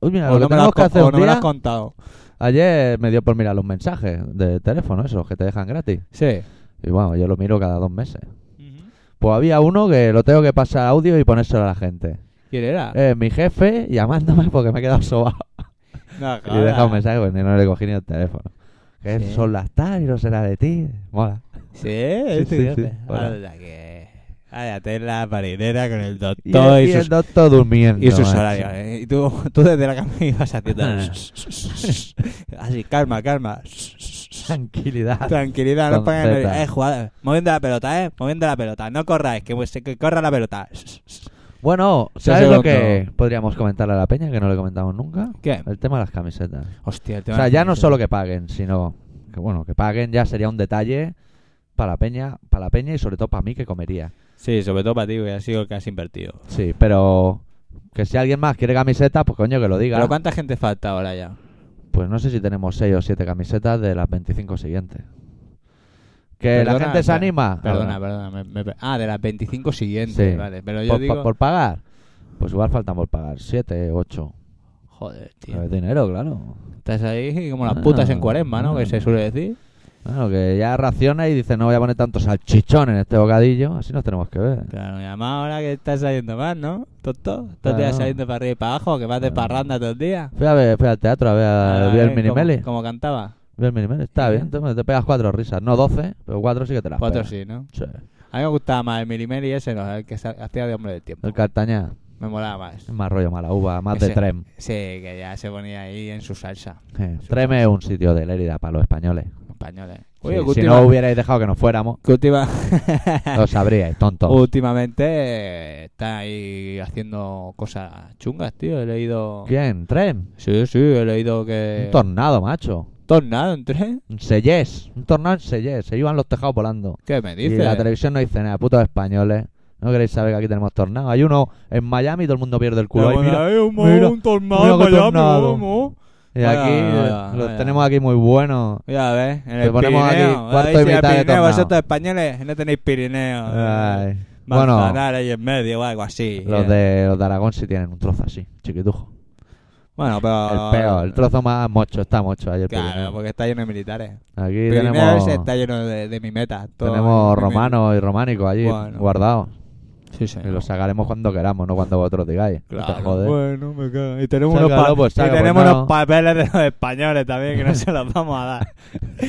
Speaker 2: Uy, mira,
Speaker 1: o
Speaker 2: lo
Speaker 1: no
Speaker 2: que
Speaker 1: me lo has,
Speaker 2: tenemos que
Speaker 1: con-
Speaker 2: hacer
Speaker 1: o
Speaker 2: un
Speaker 1: no me lo has
Speaker 2: día-
Speaker 1: contado.
Speaker 2: Ayer me dio por mirar los mensajes de teléfono, esos que te dejan gratis.
Speaker 1: Sí.
Speaker 2: Y bueno, yo lo miro cada dos meses. Pues había uno que lo tengo que pasar audio y ponérselo a la gente.
Speaker 1: ¿Quién era?
Speaker 2: Eh, mi jefe llamándome porque me he quedado sobado.
Speaker 1: No,
Speaker 2: Y deja un mensaje porque no le cogí pues, ni el teléfono. Que
Speaker 1: Sí.
Speaker 2: son las tal y no será de ti. Mola.
Speaker 1: Sí, este que
Speaker 2: sí, sí.
Speaker 1: hace.
Speaker 2: Hola.
Speaker 1: Anda que... Váyate en la marinera con el
Speaker 2: Y,
Speaker 1: doctor
Speaker 2: el,
Speaker 1: y,
Speaker 2: y el
Speaker 1: sus,
Speaker 2: doctor durmiendo.
Speaker 1: y sus
Speaker 2: macho.
Speaker 1: horarios. ¿eh? Y tú, tú desde la cama ibas haciendo... Así, calma, calma.
Speaker 2: Tranquilidad.
Speaker 1: Tranquilidad, no
Speaker 2: Con
Speaker 1: pongas nervios.
Speaker 2: zeta.
Speaker 1: Eh, jugada. Moviendo la pelota, eh. Moviendo la pelota. No corráis, que, se- que corra la pelota.
Speaker 2: Bueno,
Speaker 1: Sí,
Speaker 2: ¿sabes
Speaker 1: sí,
Speaker 2: lo
Speaker 1: doctor.
Speaker 2: que podríamos comentarle a la peña que no le comentamos nunca?
Speaker 1: ¿Qué?
Speaker 2: El tema de las camisetas.
Speaker 1: Hostia, el
Speaker 2: O
Speaker 1: Em, tema
Speaker 2: sea,
Speaker 1: de-
Speaker 2: ya no solo que paguen, sino que bueno, que paguen ya sería un detalle para la peña, para la peña y sobre todo para mí que comería.
Speaker 1: Sí, sobre todo para ti, que ha sido el que has invertido.
Speaker 2: Sí, pero que si alguien más quiere camisetas, pues coño que lo diga.
Speaker 1: ¿Pero cuánta gente falta ahora ya?
Speaker 2: Pues no sé si tenemos 6 o 7 camisetas de las 25 siguientes. Que
Speaker 1: Perdona,
Speaker 2: la gente se
Speaker 1: espera,
Speaker 2: anima.
Speaker 1: Perdona,
Speaker 2: Ahora,
Speaker 1: perdona. me- me- ah, de las 25 siguientes,
Speaker 2: Sí.
Speaker 1: vale. Pero yo
Speaker 2: por,
Speaker 1: digo...
Speaker 2: por- por pagar. Pues igual faltan por pagar 7, 8.
Speaker 1: Joder, tío.
Speaker 2: Es dinero, claro.
Speaker 1: Estás ahí como las
Speaker 2: Ah,
Speaker 1: putas en cuaresma, ¿no? Que se
Speaker 2: ah.
Speaker 1: suele decir.
Speaker 2: Claro, que ya raciona y dice, no voy a poner tanto salchichón en este bocadillo. Así nos tenemos que ver.
Speaker 1: Claro, y además ahora que estás saliendo más, ¿no? Tonto. Estás
Speaker 2: Claro. Ah.
Speaker 1: saliendo para arriba y para abajo, que vas de
Speaker 2: Claro.
Speaker 1: parranda todo el día.
Speaker 2: Fui, a ver, fui al teatro a ver, a,
Speaker 1: Ah,
Speaker 2: vi el
Speaker 1: ¿eh?
Speaker 2: Minimeli.
Speaker 1: Como, como cantaba.
Speaker 2: Vi el Minimeli. Está
Speaker 1: Sí.
Speaker 2: bien, tú te pegas cuatro risas. No doce, pero cuatro sí que te las
Speaker 1: Cuatro
Speaker 2: pegas.
Speaker 1: Pues sí, ¿no?
Speaker 2: Sí.
Speaker 1: A mí me gustaba más el Milimeli ese, ¿no? El que sa- hacía de hombre del tiempo.
Speaker 2: El Cartañá
Speaker 1: Me molaba más.
Speaker 2: es más rollo mala uva, más de
Speaker 1: Ese.
Speaker 2: Trem.
Speaker 1: Sí, que ya se ponía ahí en su salsa.
Speaker 2: Eh, Trem es un sitio de Lérida para los españoles.
Speaker 1: Españoles.
Speaker 2: Sí,
Speaker 1: eh. Oye, que
Speaker 2: si
Speaker 1: última-
Speaker 2: no hubierais dejado que nos fuéramos,
Speaker 1: que última-
Speaker 2: lo sabríais, tonto.
Speaker 1: Últimamente eh, está ahí haciendo cosas chungas, tío. He leído.
Speaker 2: ¿Quién? ¿Trem?
Speaker 1: Sí, sí, he leído que.
Speaker 2: Un tornado, macho.
Speaker 1: tornado en tren.
Speaker 2: Un Sellés. Un tornado en Sellés. Se iban los tejados volando.
Speaker 1: ¿Qué me
Speaker 2: Y
Speaker 1: dices?
Speaker 2: la televisión no dice nada, putos españoles. ¿No queréis saber que aquí tenemos tornado? Hay uno en Miami y todo el mundo pierde el culo.
Speaker 1: Pero
Speaker 2: Ay, mira,
Speaker 1: bueno, eh, un,
Speaker 2: mira,
Speaker 1: un tornado
Speaker 2: mira qué
Speaker 1: para allá,
Speaker 2: tornado.
Speaker 1: pero vamos.
Speaker 2: Y aquí
Speaker 1: Vaya,
Speaker 2: eh,
Speaker 1: vaya,
Speaker 2: los
Speaker 1: vaya.
Speaker 2: tenemos aquí muy buenos.
Speaker 1: Ya ves, en
Speaker 2: Te
Speaker 1: el
Speaker 2: ponemos aquí
Speaker 1: Pirineo.
Speaker 2: cuarto
Speaker 1: Ahí sí,
Speaker 2: y
Speaker 1: el
Speaker 2: mitad de
Speaker 1: Pirineo,
Speaker 2: tornado.
Speaker 1: vosotros españoles no tenéis Pirineo.
Speaker 2: Ay. Bueno,
Speaker 1: Manzanares ahí en medio o algo así. eh.
Speaker 2: los de, los de Aragón sí tienen un trozo así, chiquitujo.
Speaker 1: Ah, Bueno, pero.
Speaker 2: El peor, el trozo más mocho, está mocho ahí el
Speaker 1: Claro,
Speaker 2: Pirineo.
Speaker 1: porque está lleno de militares.
Speaker 2: Aquí
Speaker 1: Pirineo
Speaker 2: tenemos,
Speaker 1: ese está lleno de, de mimetas. todo
Speaker 2: tenemos
Speaker 1: mi- mi-
Speaker 2: romanos y románicos allí
Speaker 1: Bueno.
Speaker 2: guardados.
Speaker 1: Sí, sí.
Speaker 2: Y los sacaremos cuando queramos, no cuando vosotros digáis. No te
Speaker 1: Claro.
Speaker 2: jodes.
Speaker 1: Bueno, me cago. Y tenemos,
Speaker 2: Sácalo,
Speaker 1: unos, pa-
Speaker 2: pues, saca,
Speaker 1: y tenemos
Speaker 2: pues, no.
Speaker 1: unos papeles de los españoles también que no se los vamos a dar.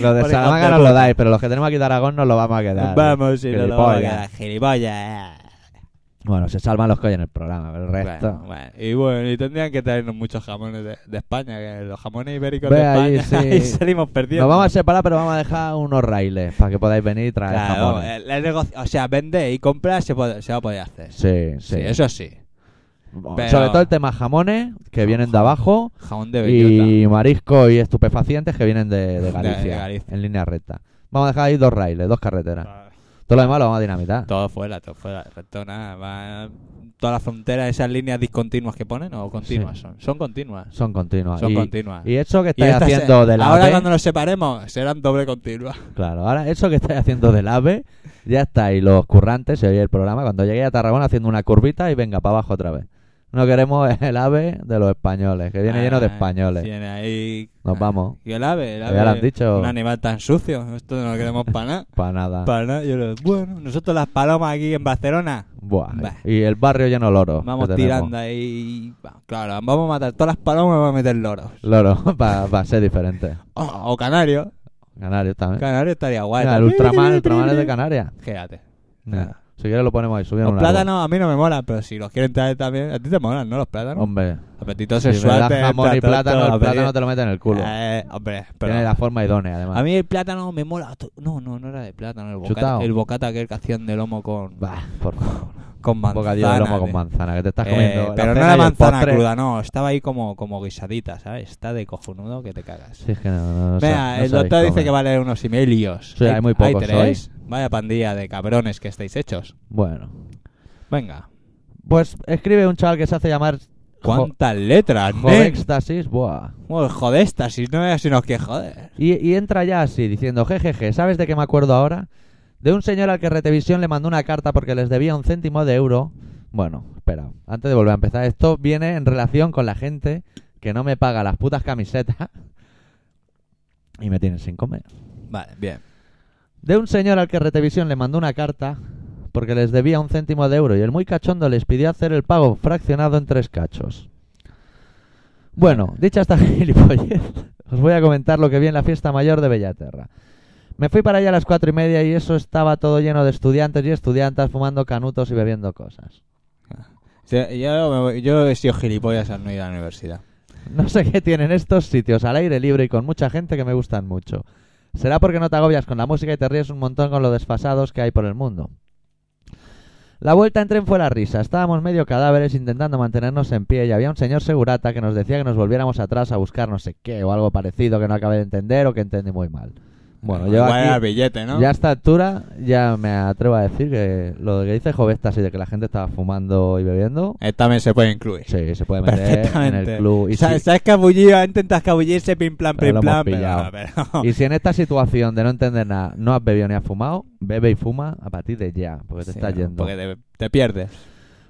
Speaker 2: Los de
Speaker 1: Por
Speaker 2: Salamanca
Speaker 1: hijos de
Speaker 2: nos lo
Speaker 1: puta.
Speaker 2: dais, pero los que tenemos aquí de Aragón nos lo vamos a quedar.
Speaker 1: vamos, si no lo vamos a
Speaker 2: Gilipollas.
Speaker 1: quedar, gilipollas. eh.
Speaker 2: Bueno, se salvan los que hay en el programa, pero el resto...
Speaker 1: Bueno, bueno. Y bueno, y tendrían que traernos muchos jamones de, de España, que los jamones ibéricos
Speaker 2: Ve
Speaker 1: de
Speaker 2: ahí,
Speaker 1: España
Speaker 2: sí.
Speaker 1: ahí salimos perdiendo.
Speaker 2: Nos vamos a separar, pero vamos a dejar unos raíles para que podáis venir y traer
Speaker 1: Claro,
Speaker 2: jamones.
Speaker 1: el- el negocio- o sea, vender y comprar se, puede- se va a poder hacer.
Speaker 2: Sí,
Speaker 1: Sí,
Speaker 2: sí.
Speaker 1: eso sí. pero-
Speaker 2: Sobre todo el tema jamones, que vienen de abajo,
Speaker 1: Jamón de bellota.
Speaker 2: y marisco y estupefacientes que vienen de, de
Speaker 1: De-
Speaker 2: Galicia,
Speaker 1: de Galicia.
Speaker 2: en línea recta. Vamos a dejar ahí dos raíles, dos carreteras. Todo lo demás lo vamos a dinamitar.
Speaker 1: Todo fuera, todo fuera. Resto nada. Va, todas las fronteras, esas líneas discontinuas que ponen, o continuas
Speaker 2: Sí.
Speaker 1: son. Son continuas.
Speaker 2: Son continuas.
Speaker 1: Son
Speaker 2: y,
Speaker 1: continuas.
Speaker 2: y eso que
Speaker 1: Y
Speaker 2: estáis
Speaker 1: estas se-
Speaker 2: haciendo del
Speaker 1: Ahora
Speaker 2: AVE,
Speaker 1: cuando nos separemos serán doble continua.
Speaker 2: claro, ahora eso que estáis haciendo del AVE, ya está. Y los currantes, se oye el programa, cuando lleguéis a Tarragona haciendo una curvita y venga para abajo otra vez. No queremos el ave de los españoles, que viene lleno de
Speaker 1: Ah,
Speaker 2: españoles.
Speaker 1: tiene ahí- ah,
Speaker 2: Nos vamos.
Speaker 1: Y el ave, el
Speaker 2: Ya
Speaker 1: ave.
Speaker 2: lo han dicho. Ah.
Speaker 1: Un animal tan sucio. Esto no lo queremos para nada.
Speaker 2: Para nada.
Speaker 1: Para nada. Yo lo- bueno, nosotros las palomas aquí en Barcelona.
Speaker 2: Buah.
Speaker 1: Bah.
Speaker 2: Y el barrio lleno de loros.
Speaker 1: Vamos
Speaker 2: que tenemos.
Speaker 1: tirando ahí. va, Claro, vamos a matar todas las palomas y vamos a meter loros.
Speaker 2: Loros, para ser diferente.
Speaker 1: O, o canarios.
Speaker 2: Canarios también.
Speaker 1: Canarios estaría guay.
Speaker 2: Eh. Mira, el
Speaker 1: también. Ah.
Speaker 2: Ultraman, el Ultraman es de Canarias.
Speaker 1: Quédate.
Speaker 2: Mira,
Speaker 1: Nada.
Speaker 2: Si quieres lo ponemos ahí, subieron
Speaker 1: Los
Speaker 2: una
Speaker 1: plátanos a mí no me molan, pero si los quieren traer también. A ti te molan, ¿no? Los
Speaker 2: luz.
Speaker 1: plátanos.
Speaker 2: Hombre,
Speaker 1: Apetito
Speaker 2: si me
Speaker 1: sexual.
Speaker 2: das
Speaker 1: te
Speaker 2: jamón
Speaker 1: entra
Speaker 2: y
Speaker 1: todo
Speaker 2: plátano,
Speaker 1: esto,
Speaker 2: el plátano
Speaker 1: apetito-
Speaker 2: te lo meten en el culo.
Speaker 1: Eh, hombre, pero.
Speaker 2: Tiene la forma idónea, además.
Speaker 1: A mí el plátano me mola. to- No, no, no era de plátano. El bocata,
Speaker 2: Chutao.
Speaker 1: el bocata aquel que hacían de lomo con,
Speaker 2: Bah, por favor.
Speaker 1: con
Speaker 2: Un
Speaker 1: manzana.
Speaker 2: bocadillo de lomo con
Speaker 1: tío.
Speaker 2: manzana, que te estás
Speaker 1: Eh,
Speaker 2: comiendo. la
Speaker 1: pero no
Speaker 2: cena
Speaker 1: era
Speaker 2: y el
Speaker 1: manzana
Speaker 2: postre.
Speaker 1: cruda, no. Estaba ahí como, como guisadita, ¿sabes? Está de cojonudo que te cagas.
Speaker 2: Sí, es que no, no, no
Speaker 1: Vea,
Speaker 2: sab- no
Speaker 1: el
Speaker 2: sabéis
Speaker 1: doctor dice
Speaker 2: comer.
Speaker 1: que va a leer unos emailios.
Speaker 2: Sí, hay muy pocos
Speaker 1: tres. Vaya pandilla de cabrones que estáis hechos.
Speaker 2: Bueno.
Speaker 1: Venga.
Speaker 2: Pues escribe un chaval que se hace llamar Jo-
Speaker 1: ¿Cuántas letras, nen?
Speaker 2: Jodextasis. Buah.
Speaker 1: Bueno, Jodestasis, no veas sino que joder.
Speaker 2: Y, y entra ya así, diciendo, jejeje, ¿sabes de qué me acuerdo ahora? De un señor al que Retevisión le mandó una carta porque les debía un céntimo de euro. Bueno, espera, antes de volver a empezar, esto viene en relación con la gente que no me paga las putas camisetas y me tienen sin comer.
Speaker 1: Vale, bien.
Speaker 2: De un señor al que Retevisión le mandó una carta porque les debía un céntimo de euro y el muy cachondo les pidió hacer el pago fraccionado en tres cachos. Bueno, dicha esta gilipollez, os voy a comentar lo que vi en la fiesta mayor de Bellaterra. Me fui para allá a las cuatro y media y eso estaba todo lleno de estudiantes y estudiantas fumando canutos y bebiendo cosas.
Speaker 1: Sí, Yo, me voy- yo he sido gilipollas al no ir a la universidad.
Speaker 2: No sé qué tienen estos sitios al aire libre y con mucha gente que me gustan mucho. Será porque no te agobias con la música y te ríes un montón con los desfasados que hay por el mundo. La vuelta en tren fue la risa. Estábamos medio cadáveres intentando mantenernos en pie y había un señor segurata que nos decía que nos volviéramos atrás a buscar no sé qué o algo parecido que no acabé de entender o que entendí muy mal. Bueno, yo
Speaker 1: Igual era
Speaker 2: aquí,
Speaker 1: billete, ¿no?
Speaker 2: ya a esta altura ya me atrevo a decir que lo que dice Jovestas y de que la gente estaba fumando y bebiendo,
Speaker 1: Eh, también se puede incluir.
Speaker 2: sí, se puede meter en
Speaker 1: Perfectamente.
Speaker 2: el club. Y
Speaker 1: se,
Speaker 2: si-
Speaker 1: ha- se ha escabullido, intenta escabullirse, pim, plan,
Speaker 2: Pero
Speaker 1: pim,
Speaker 2: lo
Speaker 1: plan,
Speaker 2: hemos
Speaker 1: pero,
Speaker 2: pillado.
Speaker 1: pero-
Speaker 2: Y si en esta situación de no entender nada no has bebido ni has fumado, bebe y fuma a partir de ya, porque te
Speaker 1: Sí,
Speaker 2: estás
Speaker 1: no,
Speaker 2: yendo.
Speaker 1: Porque te, te pierdes.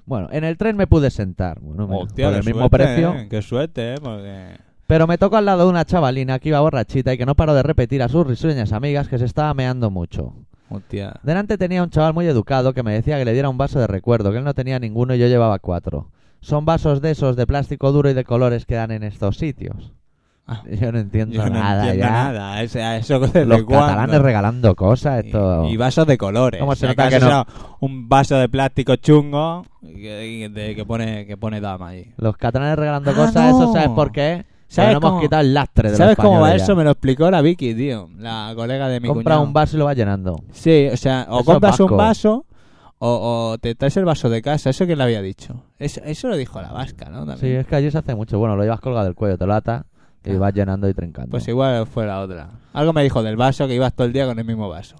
Speaker 2: Bueno, en el tren me pude sentar, bueno, me-
Speaker 1: Hostia,
Speaker 2: por
Speaker 1: qué
Speaker 2: el mismo
Speaker 1: suerte,
Speaker 2: precio,
Speaker 1: eh, Qué suerte, eh, porque...
Speaker 2: pero me tocó al lado de una chavalina que iba borrachita y que no paró de repetir a sus risueñas amigas que se estaba meando mucho.
Speaker 1: Hostia.
Speaker 2: Delante tenía un chaval muy educado que me decía que le diera un vaso de recuerdo, que él no tenía ninguno y yo llevaba cuatro. Son vasos de esos de plástico duro y de colores que dan en estos sitios.
Speaker 1: Ah.
Speaker 2: Yo no entiendo
Speaker 1: Yo no
Speaker 2: nada
Speaker 1: entiendo
Speaker 2: ya.
Speaker 1: nada. o sea, eso desde
Speaker 2: Los
Speaker 1: cuándo.
Speaker 2: catalanes regalando cosas, esto.
Speaker 1: Y, y vasos de colores.
Speaker 2: ¿Cómo se
Speaker 1: Si
Speaker 2: nota
Speaker 1: acaso
Speaker 2: que no?
Speaker 1: sea Un vaso de plástico chungo que, de- que pone que pone dama allí.
Speaker 2: Los catalanes regalando
Speaker 1: Ah,
Speaker 2: cosas,
Speaker 1: no.
Speaker 2: eso sabes por qué.
Speaker 1: ¿Sabes
Speaker 2: Porque no
Speaker 1: cómo-
Speaker 2: hemos quitado el lastre de
Speaker 1: ¿Sabes
Speaker 2: los
Speaker 1: cómo va
Speaker 2: españoles
Speaker 1: eso?
Speaker 2: ya.
Speaker 1: Me lo explicó la Vicky, tío, la colega de mi
Speaker 2: Compra
Speaker 1: cuñado.
Speaker 2: un vaso y lo va llenando.
Speaker 1: Sí, o sea, o
Speaker 2: Eso es
Speaker 1: compras un
Speaker 2: vasco.
Speaker 1: vaso o, o te traes el vaso de casa. Eso que le había dicho. Eso, eso lo dijo la vasca, ¿no? También.
Speaker 2: Sí, es que allí se hace mucho. Bueno, lo llevas colgado del cuello, te lo atas y
Speaker 1: Ah.
Speaker 2: vas llenando y trincando.
Speaker 1: Pues igual fue la otra. Algo me dijo del vaso que ibas todo el día con el mismo vaso.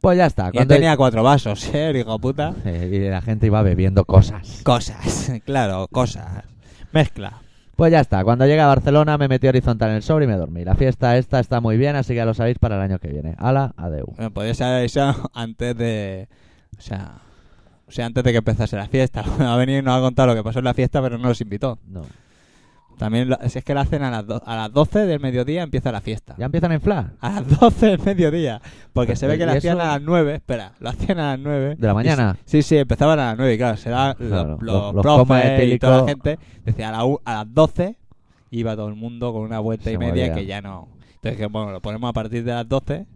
Speaker 2: Pues ya está.
Speaker 1: Y él
Speaker 2: cuando-
Speaker 1: tenía cuatro vasos, ¿eh? el hijo puta.
Speaker 2: Eh, Y la gente iba bebiendo cosas.
Speaker 1: Cosas, claro, cosas. Mezcla.
Speaker 2: Pues ya está. Cuando llegué a Barcelona me metí horizontal en el sobre y me dormí. La fiesta esta está muy bien, así que ya lo sabéis para el año que viene. Ala, adeu.
Speaker 1: Bueno, podías haber avisado antes de. O sea. O sea, antes de que empezase la fiesta. Ha venido y nos ha contado lo que pasó en la fiesta, pero no nos invitó.
Speaker 2: No.
Speaker 1: También, lo- si es que la hacen a las, do- a las 12 del mediodía, empieza la fiesta.
Speaker 2: Ya empiezan a inflar.
Speaker 1: A las 12 del mediodía. Porque se ve que
Speaker 2: ¿Y
Speaker 1: la hacían
Speaker 2: eso?
Speaker 1: a las 9. Espera, lo hacían a las 9.
Speaker 2: De la
Speaker 1: Y
Speaker 2: mañana.
Speaker 1: se- Sí, sí, empezaban a las 9. Y claro, será
Speaker 2: Claro,
Speaker 1: los, los
Speaker 2: los- los comas
Speaker 1: profes y
Speaker 2: etílicos.
Speaker 1: toda la gente. Decía a, la u- a las 12 iba todo el mundo con una vuelta
Speaker 2: Se
Speaker 1: y media
Speaker 2: movía.
Speaker 1: que ya no. Entonces, que, bueno, lo ponemos a partir de las 12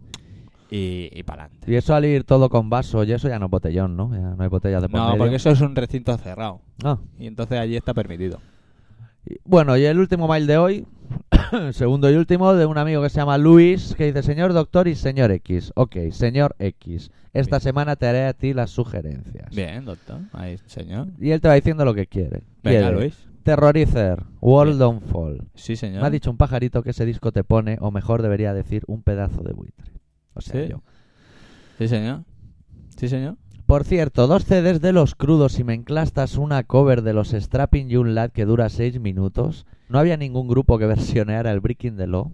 Speaker 1: y, y para adelante.
Speaker 2: Y eso al ir todo con vaso y eso ya no es botellón, ¿no? Ya no hay botellas de por
Speaker 1: No,
Speaker 2: medio.
Speaker 1: porque eso es un recinto cerrado.
Speaker 2: Ah.
Speaker 1: Y entonces allí está permitido.
Speaker 2: Y- Bueno, y el último mail de hoy, segundo y último, de un amigo que se llama Luis, que dice, señor doctor y señor X. Ok, señor X, esta
Speaker 1: Bien.
Speaker 2: semana te haré a ti las sugerencias.
Speaker 1: Bien, doctor. Ahí, señor.
Speaker 2: Y él te va diciendo lo que quiere.
Speaker 1: Venga,
Speaker 2: Quiere
Speaker 1: Luis.
Speaker 2: Terrorizer, World Don't Fall.
Speaker 1: Sí, señor.
Speaker 2: Me ha dicho un pajarito que ese disco te pone, o mejor debería decir, un pedazo de buitre. O sea,
Speaker 1: Sí.
Speaker 2: yo.
Speaker 1: Sí, señor. Sí, señor.
Speaker 2: Por cierto, dos CDs de los crudos y me enclastas una cover de los Strapping Young Lad que dura seis minutos. No había ningún grupo que versioneara el Breaking the Law.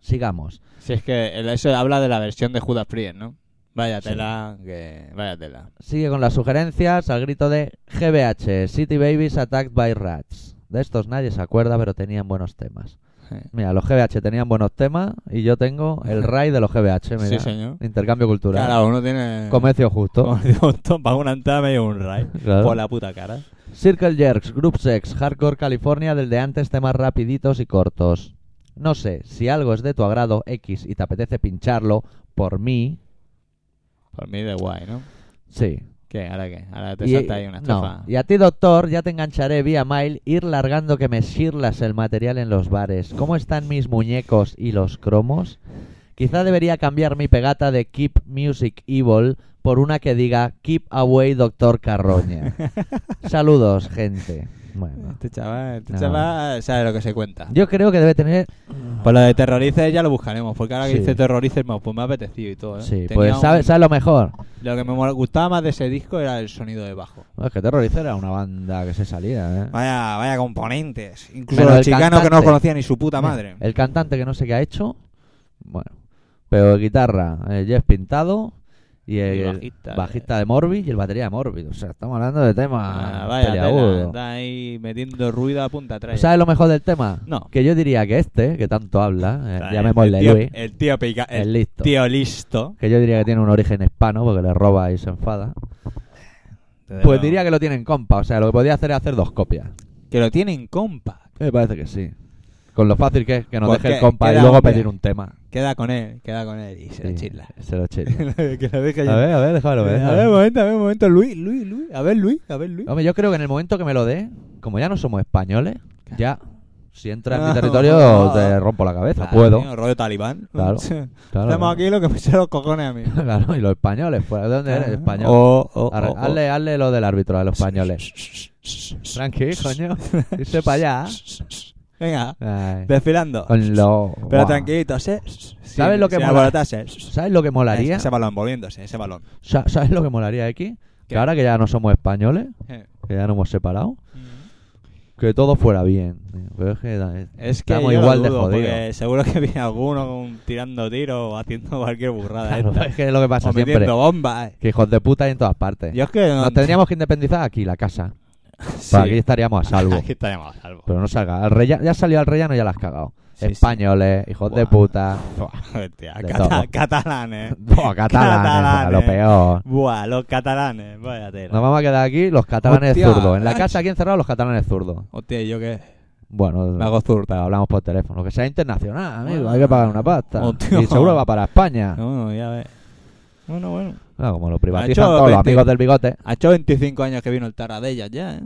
Speaker 2: Sigamos.
Speaker 1: Si es que el- eso habla de la versión de Judas Priest, ¿no? Vaya
Speaker 2: Sí.
Speaker 1: tela, que... Vaya tela.
Speaker 2: Sigue con las sugerencias al grito de GBH, City Babies Attacked by Rats. De estos nadie se acuerda, pero tenían buenos temas. Mira, los GBH tenían buenos temas y yo tengo el RAI de los GBH.
Speaker 1: Sí,
Speaker 2: Mira.
Speaker 1: señor.
Speaker 2: Intercambio cultural.
Speaker 1: Claro, uno tiene...
Speaker 2: Comercio justo.
Speaker 1: Como digo, un tom- Paga una entrada medio un ray.
Speaker 2: Claro.
Speaker 1: Por la puta cara.
Speaker 2: Circle Jerks, Group Sex, Hardcore California, del de antes temas rapiditos y cortos. No sé, si algo es de tu agrado X y te apetece pincharlo, por mí,
Speaker 1: Por mí de guay, ¿no?
Speaker 2: sí.
Speaker 1: ¿Qué? ¿Ahora qué? Ahora te
Speaker 2: Y-
Speaker 1: salta ahí una estafa.
Speaker 2: no. Y a ti, doctor, ya te engancharé vía mail, ir largando que me sirlas el material en los bares. ¿Cómo están mis muñecos y los cromos? Quizá debería cambiar mi pegata de Keep Music Evil por una que diga Keep Away Doctor Carroña. Saludos, gente. Bueno.
Speaker 1: Este chaval, este
Speaker 2: No.
Speaker 1: chaval sabe lo que se cuenta.
Speaker 2: Yo creo que debe tener...
Speaker 1: Pues lo de terrorices ya lo buscaremos, porque ahora que
Speaker 2: Sí.
Speaker 1: dice terrorices, mo- pues me ha apetecido y todo. ¿eh?
Speaker 2: Sí,
Speaker 1: Tenía
Speaker 2: pues
Speaker 1: un-
Speaker 2: ¿sabes lo mejor?
Speaker 1: Lo que me mol- gustaba más de ese disco era el sonido de bajo.
Speaker 2: Es que Terrorizer era una banda que se salía, ¿eh?
Speaker 1: Vaya, vaya componentes. Incluso
Speaker 2: Menos
Speaker 1: los
Speaker 2: el
Speaker 1: chicanos que no
Speaker 2: cantante.
Speaker 1: conocía ni su puta madre.
Speaker 2: El cantante que no sé qué ha hecho. Bueno. Pero guitarra, eh, Jeff Pintado. Y el,
Speaker 1: Y bajista, eh.
Speaker 2: bajista de Morbid y el batería de Morbid. O sea, estamos hablando de temas
Speaker 1: Ah, vaya, tela,
Speaker 2: peleagudos.
Speaker 1: está ahí metiendo ruido a punta atrás.
Speaker 2: ¿Sabes lo mejor del tema?
Speaker 1: No.
Speaker 2: Que yo diría que este, que tanto habla, eh,
Speaker 1: Está
Speaker 2: llamémosle
Speaker 1: el tío,
Speaker 2: Luis,
Speaker 1: El tío pica-
Speaker 2: el
Speaker 1: el
Speaker 2: listo.
Speaker 1: tío listo.
Speaker 2: Que yo diría que tiene un origen hispano porque le roba y se enfada. Pues diría que lo tiene en compa. O sea, lo que podía hacer es hacer dos copias.
Speaker 1: que lo tienen compa.
Speaker 2: Me parece que sí. Con lo fácil que es que nos
Speaker 1: Pues
Speaker 2: deje el
Speaker 1: que-
Speaker 2: compa y
Speaker 1: queda
Speaker 2: luego
Speaker 1: hombre.
Speaker 2: pedir un tema.
Speaker 1: Queda con él, queda con él y se
Speaker 2: Sí,
Speaker 1: le chila.
Speaker 2: Se lo chila.
Speaker 1: que lo deje
Speaker 2: A ver, a ver, déjalo ver.
Speaker 1: a ver, un momento, a ver, un momento. Luis, Luis, Luis. A ver, Luis, a ver, Luis.
Speaker 2: Hombre, yo creo que en el momento que me lo dé, como ya no somos españoles, ya, si entra en mi
Speaker 1: No,
Speaker 2: territorio,
Speaker 1: no.
Speaker 2: te rompo la cabeza.
Speaker 1: Ah. Claro,
Speaker 2: pues, Puedo.
Speaker 1: Ah, tío, rollo talibán.
Speaker 2: Claro, claro,
Speaker 1: Estamos aquí lo que me echen los cojones a mí. Oh,
Speaker 2: Claro, y los españoles, pues, ¿de dónde
Speaker 1: Ah.
Speaker 2: eres? Español.
Speaker 1: O, o,
Speaker 2: Arre-
Speaker 1: o- o-
Speaker 2: hazle, hazle lo del árbitro a los españoles. Tranqui, coño. Irse para allá.
Speaker 1: Venga,
Speaker 2: Ay,
Speaker 1: desfilando.
Speaker 2: con lo...
Speaker 1: Pero
Speaker 2: Buah.
Speaker 1: tranquilito, ¿sí?
Speaker 2: ¿Sabes lo que mola?
Speaker 1: molaría?
Speaker 2: ¿Sabes lo que molaría?
Speaker 1: Ese balón, volviéndose, ese balón.
Speaker 2: Sa- ¿Sabes lo que molaría aquí?
Speaker 1: ¿Qué?
Speaker 2: Que ahora que ya no somos españoles,
Speaker 1: Eh.
Speaker 2: que ya nos hemos separado, que todo fuera bien. tío. Pero es que da-
Speaker 1: Es que
Speaker 2: Estamos
Speaker 1: yo lo
Speaker 2: igual de
Speaker 1: dudo,
Speaker 2: jodidos.
Speaker 1: porque Seguro que viene alguno con- tirando tiros o haciendo cualquier burrada.
Speaker 2: Claro,
Speaker 1: esta.
Speaker 2: es que es lo que pasa
Speaker 1: o
Speaker 2: siempre.
Speaker 1: metiendo bombas.
Speaker 2: Que hijos de puta hay en todas partes.
Speaker 1: Yo es que no,
Speaker 2: Nos tendríamos que independizar aquí, la casa.
Speaker 1: Sí.
Speaker 2: Pues Aquí estaríamos a salvo.
Speaker 1: Aquí estaríamos a salvo.
Speaker 2: Pero no salga. Al rey, ya ya salió al rellano y ya la has cagado.
Speaker 1: Sí, sí.
Speaker 2: Españoles, hijos de
Speaker 1: Buah.
Speaker 2: puta.
Speaker 1: Buah, hostia,
Speaker 2: De
Speaker 1: cata-
Speaker 2: todo.
Speaker 1: catalanes.
Speaker 2: Buah, catalanes,
Speaker 1: Catalanes.
Speaker 2: lo peor.
Speaker 1: Buah, los catalanes. Vaya tela.
Speaker 2: Nos vamos a quedar aquí los catalanes
Speaker 1: Hostia,
Speaker 2: zurdos. En la
Speaker 1: ach.
Speaker 2: casa aquí encerrados los catalanes zurdos.
Speaker 1: Hostia, ¿yo qué?
Speaker 2: Bueno,
Speaker 1: Me hago
Speaker 2: pero hablamos por teléfono. Que sea internacional, amigo.
Speaker 1: Bueno.
Speaker 2: Hay que pagar una pasta.
Speaker 1: Hostia.
Speaker 2: Y seguro va para España.
Speaker 1: No, ya ves. Bueno, bueno.
Speaker 2: Ah, como lo privatizan
Speaker 1: Ha hecho
Speaker 2: todos los
Speaker 1: 20.
Speaker 2: amigos del bigote.
Speaker 1: Ha hecho 25 años que vino el Taradella ya, ¿eh?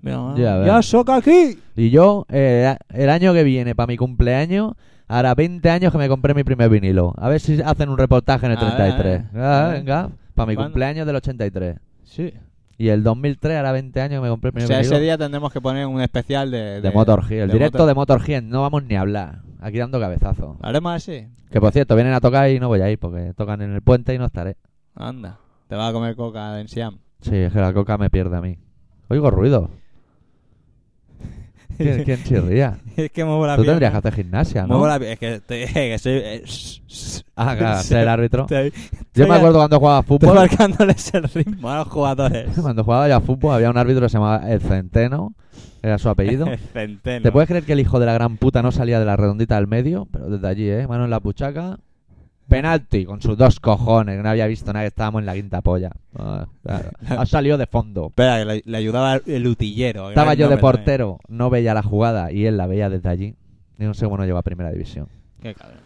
Speaker 1: Mira,
Speaker 2: Ya
Speaker 1: ya,
Speaker 2: ves.
Speaker 1: ya soca aquí.
Speaker 2: Y yo, eh, el año que viene, para mi cumpleaños, hará 20 años que me compré mi primer vinilo. A ver si hacen un reportaje en el
Speaker 1: A ver,
Speaker 2: 33.
Speaker 1: a ver, a
Speaker 2: Ah,
Speaker 1: ver.
Speaker 2: venga, para
Speaker 1: Ah,
Speaker 2: mi
Speaker 1: eh, ¿Cuándo?
Speaker 2: cumpleaños del 83.
Speaker 1: Sí.
Speaker 2: Y el 2003 hará 20 años que me compré el
Speaker 1: O
Speaker 2: primer
Speaker 1: sea,
Speaker 2: vinilo
Speaker 1: ese día tendremos que poner un especial de...
Speaker 2: de, Motor Hill. El directo
Speaker 1: Motor-
Speaker 2: de Motor Hill, no vamos ni a hablar. Aquí dando cabezazo.
Speaker 1: ¿Lo haremos así?
Speaker 2: Que por cierto, vienen a tocar y no voy a ir porque tocan en el puente y no estaré.
Speaker 1: Anda. Te vas a comer coca en Siam.
Speaker 2: Sí, es que la coca me pierde a mí. Oigo ruido. ¿Quién, quién chirría?
Speaker 1: es que muevo la
Speaker 2: Tú
Speaker 1: pierna.
Speaker 2: tendrías que hacer gimnasia, ¿no?
Speaker 1: Muevo la pierna. Es que, estoy, es que soy... eh, shh, shh.
Speaker 2: Ah, claro, ser el árbitro.
Speaker 1: Estoy-
Speaker 2: Yo
Speaker 1: estoy-
Speaker 2: me acuerdo cuando jugaba
Speaker 1: Estoy
Speaker 2: fútbol.
Speaker 1: marcándoles el ritmo a los jugadores.
Speaker 2: Cuando jugaba yo a fútbol había un árbitro que se llamaba El Centeno, era su apellido.
Speaker 1: Centeno.
Speaker 2: ¿Te puedes creer que el hijo de la gran puta no salía de la redondita del medio? Pero desde allí, ¿eh? Mano en la puchaca. Penalti, con sus dos cojones, que no había visto nada, que estábamos en la quinta polla. Ah, claro. Ha salido de fondo.
Speaker 1: Espera, que le, le ayudaba el utillero. que
Speaker 2: Estaba
Speaker 1: era el
Speaker 2: yo de
Speaker 1: nombre
Speaker 2: portero, no veía la jugada y él la veía desde allí. Yo no sé cómo no llegó a primera división.
Speaker 1: también. Qué cabrón.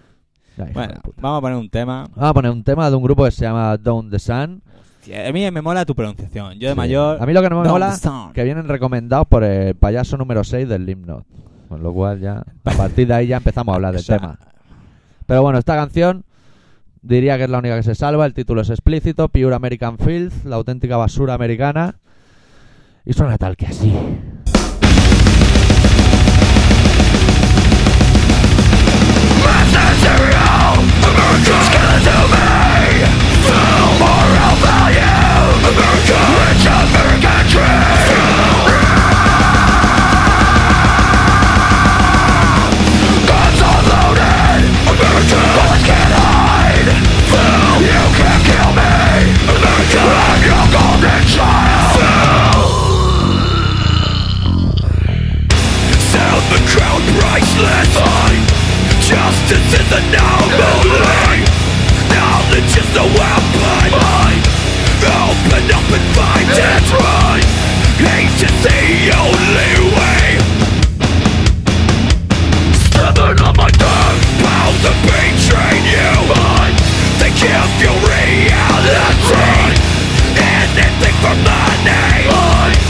Speaker 2: Ya, hijo
Speaker 1: Bueno,
Speaker 2: de puta.
Speaker 1: vamos a poner un tema.
Speaker 2: Vamos a poner un tema de un grupo que se llama Down the Sun.
Speaker 1: Hostia, a mí me mola tu pronunciación. Yo de
Speaker 2: Sí.
Speaker 1: mayor...
Speaker 2: A mí lo que no me
Speaker 1: Don't
Speaker 2: mola
Speaker 1: Stone.
Speaker 2: que vienen recomendados por el payaso número 6 del Limnot. Con lo cual ya, a partir de ahí ya empezamos a hablar del
Speaker 1: O sea,
Speaker 2: tema. Pero bueno, esta canción diría que es la única que se salva. El título es explícito, Pure American Filth, la auténtica basura americana. Y suena tal que así.
Speaker 4: Kill me! the crown priceless high Justice is the now only Knowledge is the weapon I open up and find it right Hate is the only way Seven on my tongue Bound to betray you I think if you reality Anything for money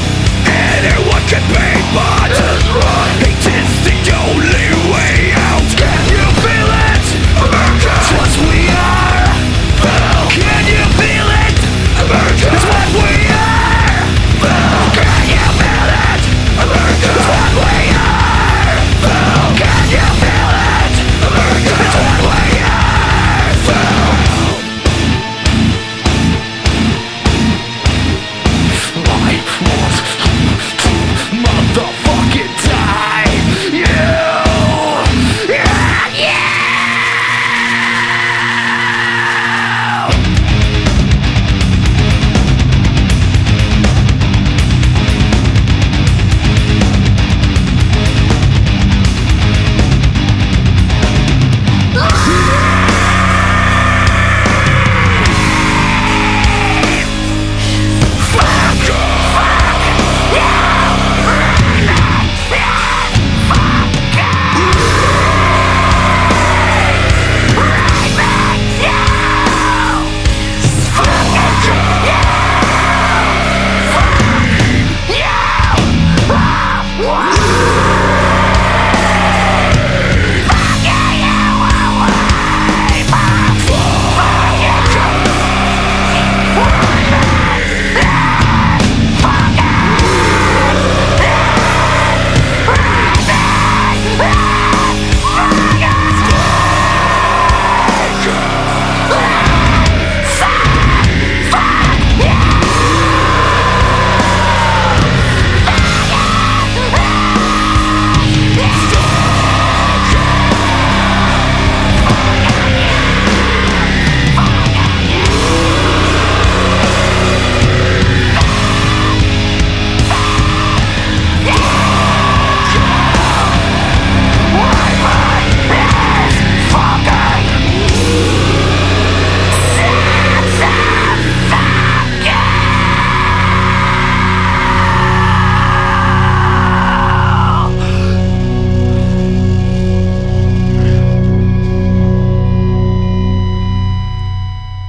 Speaker 4: Anyone can be but Hate is the only way out Can you feel it? America It's what we are Can you feel it? America It's what we are Can you feel it? America It's what we are Can you feel it? America It's what we are I want to motherfucking die. You, yeah, yeah.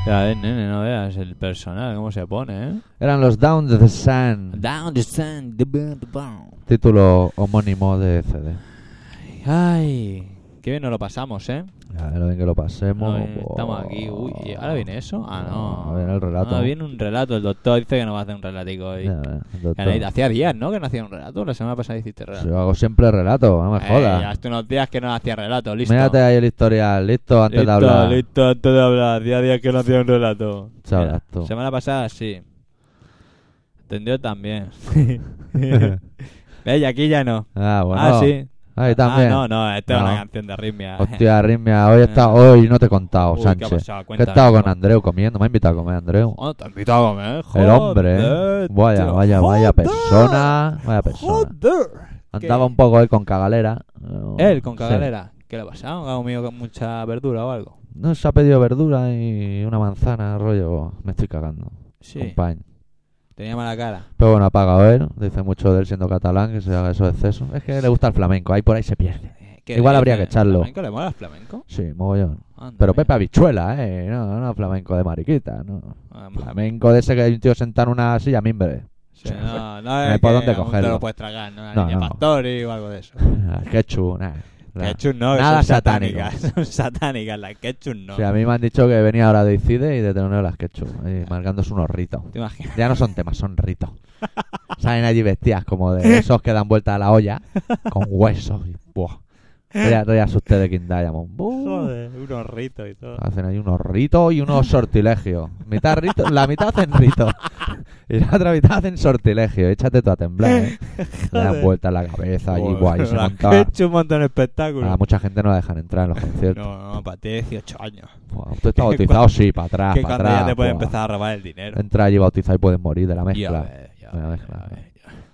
Speaker 1: Ya ves, nene, no veas el personal, cómo se pone, ¿eh?
Speaker 2: Eran los Down to the Sun,
Speaker 1: Down the sun, the boom, the boom.
Speaker 2: título homónimo de CD.
Speaker 1: Ay, qué bien nos lo pasamos, ¿eh?
Speaker 2: Ya, lo bien que lo pasemos.
Speaker 1: Ay, estamos aquí. Uy, ¿y ¿ahora viene eso? Ah, no.
Speaker 2: Ah, viene el relato.
Speaker 1: Ah, viene un relato. El doctor dice que nos va a hacer un relatico hoy.
Speaker 2: Ya, eh, doctor.
Speaker 1: Que Hacía días, ¿no? Que no hacía un relato. La semana pasada hiciste relato.
Speaker 2: Yo hago siempre relato, no me
Speaker 1: Eh, ya
Speaker 2: jodas.
Speaker 1: hace unos días que no hacía relato, listo.
Speaker 2: Mírate ahí el historial, listo antes
Speaker 1: listo,
Speaker 2: de hablar.
Speaker 1: listo, antes de hablar. Día a día que no hacía un relato.
Speaker 2: Ya hablas tú.
Speaker 1: Semana pasada sí. Entendió también. Ve, y aquí ya no.
Speaker 2: Ah, bueno.
Speaker 1: Ah, sí.
Speaker 2: Ahí también.
Speaker 1: Ah, no, no, esta
Speaker 2: No.
Speaker 1: es una canción de arritmia.
Speaker 2: Hostia, Ritmia, hoy está, hoy no te he contado,
Speaker 1: Uy, ¿qué ha
Speaker 2: Sánchez.
Speaker 1: pasado?
Speaker 2: Que he
Speaker 1: Cuéntame,
Speaker 2: estado con
Speaker 1: ¿no?
Speaker 2: Andreu comiendo, me ha invitado a comer Andreu.
Speaker 1: Oh, te he invitado a comer,
Speaker 2: El
Speaker 1: joder,
Speaker 2: hombre, ¿eh?
Speaker 1: tío.
Speaker 2: Vaya, vaya, vaya
Speaker 1: Joder,
Speaker 2: persona. Vaya persona.
Speaker 1: Joder.
Speaker 2: Andaba
Speaker 1: ¿Qué?
Speaker 2: un poco él con cagalera. No,
Speaker 1: Él con
Speaker 2: sí.
Speaker 1: cagalera. ¿Qué le ha pasado? ¿Ha comido con mucha verdura o algo?
Speaker 2: No, se ha pedido verdura y una manzana, rollo. Me estoy cagando.
Speaker 1: Sí.
Speaker 2: compañ.
Speaker 1: Tenía mala cara.
Speaker 2: Pero bueno, ha pagado él. Dice mucho de él siendo catalán que se haga esos excesos. Es que le gusta el flamenco, ahí por ahí se pierde.
Speaker 1: Eh, ¿qué
Speaker 2: Igual
Speaker 1: dice?
Speaker 2: habría que echarlo.
Speaker 1: ¿Flamenco le mola el flamenco?
Speaker 2: Sí, mogollón.
Speaker 1: Anda,
Speaker 2: Pero
Speaker 1: mira.
Speaker 2: Pepa Bichuela, eh. No, no flamenco de mariquita, no.
Speaker 1: Ah,
Speaker 2: Flamenco de ese que hay un tío sentado en una silla mimbre.
Speaker 1: sí, no, no,
Speaker 2: hay
Speaker 1: es
Speaker 2: por
Speaker 1: que
Speaker 2: dónde
Speaker 1: aún te
Speaker 2: cogerlo.
Speaker 1: lo puedes tragar, ¿no? La
Speaker 2: No,
Speaker 1: niña
Speaker 2: no.
Speaker 1: Pastori o algo de eso.
Speaker 2: Quechu, nada.
Speaker 1: Ketchup no, que
Speaker 2: Nada
Speaker 1: son
Speaker 2: satánico.
Speaker 1: satánicas. Son satánicas las ketchup no.
Speaker 2: Sí, a mí me han dicho que venía ahora de Icide y de Teoneo las Quechu, ahí, marcándose unos ritos.
Speaker 1: ¿Te imaginas?
Speaker 2: Ya no son temas, son ritos. Salen allí vestidas como de esos que dan vuelta a la olla con huesos. Y, buah. Rías- rías usted de King Diamond. Buh.
Speaker 1: Joder, unos ritos y todo.
Speaker 2: Hacen ahí unos ritos y unos sortilegios. Mitad rito, la mitad hacen ritos. Y la otra mitad hacen sortilegio. Échate tú a temblar, ¿eh? Le dan
Speaker 1: Joder.
Speaker 2: vuelta en la cabeza allí, guay. Se
Speaker 1: Las
Speaker 2: montaba. Ah,
Speaker 1: ketchup montan espectáculos.
Speaker 2: A mucha gente no la dejan entrar en los conciertos.
Speaker 1: No, no, para ti 18 años.
Speaker 2: Buah, Tú estás
Speaker 1: Que
Speaker 2: bautizado,
Speaker 1: cuando-
Speaker 2: sí, para atrás,
Speaker 1: que
Speaker 2: para
Speaker 1: cuando
Speaker 2: Ah, atrás.
Speaker 1: ya te puedes
Speaker 2: buah.
Speaker 1: empezar a robar el dinero.
Speaker 2: Entra allí bautizado y puedes morir de la
Speaker 1: Ya
Speaker 2: mezcla.
Speaker 1: ves, ya
Speaker 2: De la
Speaker 1: ves,
Speaker 2: mezcla. Oh.
Speaker 1: ya ves, ya ves.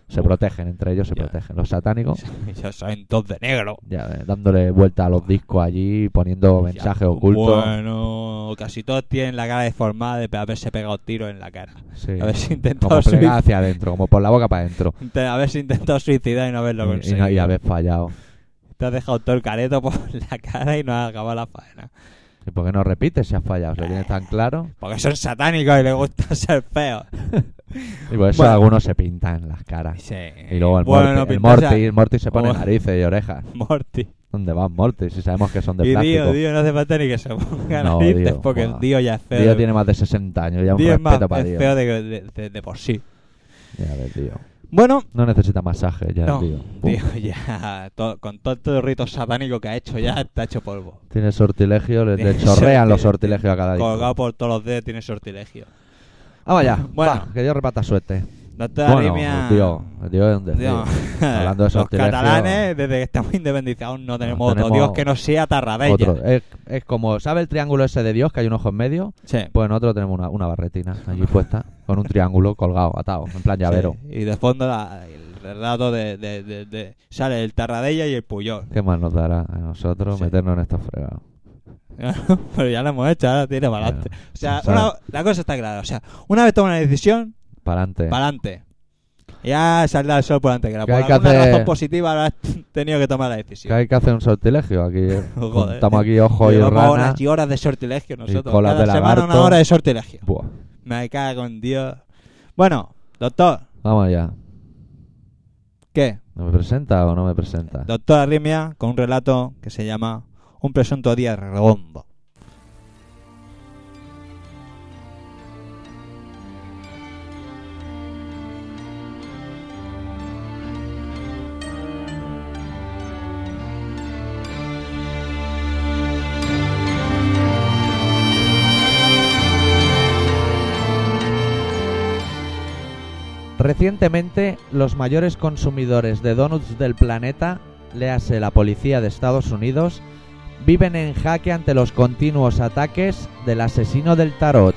Speaker 2: Se protegen, entre ellos se
Speaker 1: Ya.
Speaker 2: protegen. Los satánicos,
Speaker 1: Ya saben, dos de negro.
Speaker 2: ya, eh, dándole vuelta a los discos allí, poniendo mensajes ocultos.
Speaker 1: Bueno, casi todos tienen la cara deformada de haberse pegado tiro en la cara.
Speaker 2: Sí.
Speaker 1: Haberse
Speaker 2: Como
Speaker 1: intentado, sui-
Speaker 2: plegada hacia adentro, como por la boca para adentro.
Speaker 1: inte- haberse intentado suicidar y no haberlo
Speaker 2: Y, y
Speaker 1: conseguido.
Speaker 2: no- y haber fallado.
Speaker 1: Te has dejado todo el careto por la cara y no has acabado la faena.
Speaker 2: ¿Y por qué no repites si has fallado? ¿Se lo tienes tan claro?
Speaker 1: Porque son satánicos y les gusta ser feos.
Speaker 2: Y por eso
Speaker 1: Bueno.
Speaker 2: algunos se pintan las caras.
Speaker 1: Sí.
Speaker 2: Y luego el
Speaker 1: bueno,
Speaker 2: Morty, el
Speaker 1: pintarse a-
Speaker 2: Morty, el Morty se pone
Speaker 1: Bueno.
Speaker 2: narices y orejas.
Speaker 1: Morty.
Speaker 2: ¿Dónde vas, Morty? Si sabemos que son de
Speaker 1: Y
Speaker 2: plástico.
Speaker 1: Dio, Dio, no hace falta ni que se ponga
Speaker 2: No,
Speaker 1: narices
Speaker 2: Dio,
Speaker 1: porque
Speaker 2: buah.
Speaker 1: el Dio ya es feo.
Speaker 2: Dio
Speaker 1: de-
Speaker 2: tiene más de 60 años, ya un
Speaker 1: Dio es más
Speaker 2: respeto para
Speaker 1: es
Speaker 2: Dio.
Speaker 1: feo de, de- de- de por sí.
Speaker 2: Ya ves, Dio.
Speaker 1: Bueno,
Speaker 2: No necesita masaje, ya,
Speaker 1: no,
Speaker 2: Dio.
Speaker 1: Dio,
Speaker 2: Pum.
Speaker 1: ya, to- con todo este rito satánico que ha hecho, ya está hecho polvo.
Speaker 2: Tiene sortilegio, le, le
Speaker 1: Tiene
Speaker 2: chorrean los
Speaker 1: sortilegio.
Speaker 2: sortilegios a cada disco.
Speaker 1: Colgado por todos los dedos, tiene sortilegio.
Speaker 2: Vamos ya,
Speaker 1: Bueno.
Speaker 2: va, que Dios repata suerte.
Speaker 1: No te
Speaker 2: Bueno,
Speaker 1: arrimia-
Speaker 2: el Dio, el Dio es un
Speaker 1: Dio.
Speaker 2: desvío. Hablando de
Speaker 1: Los
Speaker 2: sortilegio-
Speaker 1: catalanes, desde que estamos independizados, no tenemos otro
Speaker 2: tenemos
Speaker 1: Dios que no sea Tarradella.
Speaker 2: Otro, eh, es, es como, ¿sabe el triángulo ese de Dios que hay un ojo en medio?
Speaker 1: Sí.
Speaker 2: Pues nosotros tenemos una, una barretina allí puesta, con un triángulo colgado, atado, en plan llavero.
Speaker 1: Sí, Y de fondo la- el relato de, de- de- de- sale el Tarradella y el Puyol.
Speaker 2: ¿Qué más nos dará a nosotros
Speaker 1: Sí.
Speaker 2: meternos en estos fregados?
Speaker 1: Pero ya lo hemos hecho, ahora tiene para adelante.
Speaker 2: Bueno,
Speaker 1: O sea,
Speaker 2: o sea-
Speaker 1: una- la cosa está clara. O sea, una vez toma una decisión,
Speaker 2: Para adelante.
Speaker 1: para adelante. Ya saldrá el sol por adelante. Que la-
Speaker 2: ¿Qué
Speaker 1: por
Speaker 2: hay que
Speaker 1: alguna
Speaker 2: hacer?
Speaker 1: razón positiva ahora has tenido que tomar la
Speaker 2: Que
Speaker 1: decisión.
Speaker 2: hay que hacer un sortilegio aquí.
Speaker 1: Joder.
Speaker 2: Estamos aquí ojo y
Speaker 1: Llevamos
Speaker 2: rana.
Speaker 1: horas y horas de sortilegio nosotros.
Speaker 2: colas
Speaker 1: Cada
Speaker 2: de
Speaker 1: semana
Speaker 2: lagarto.
Speaker 1: una hora de sortilegio.
Speaker 2: Buah,
Speaker 1: Me cago en Dios. Bueno, doctor,
Speaker 2: vamos allá.
Speaker 1: ¿qué?
Speaker 2: ¿No me presenta o no me presenta?
Speaker 1: Doctor Arrimia con un relato que se llama Un presunto día redondo.
Speaker 2: Recientemente, los mayores consumidores de donuts del planeta, léase la policía de Estados Unidos, viven en jaque ante los continuos ataques del asesino del tarot.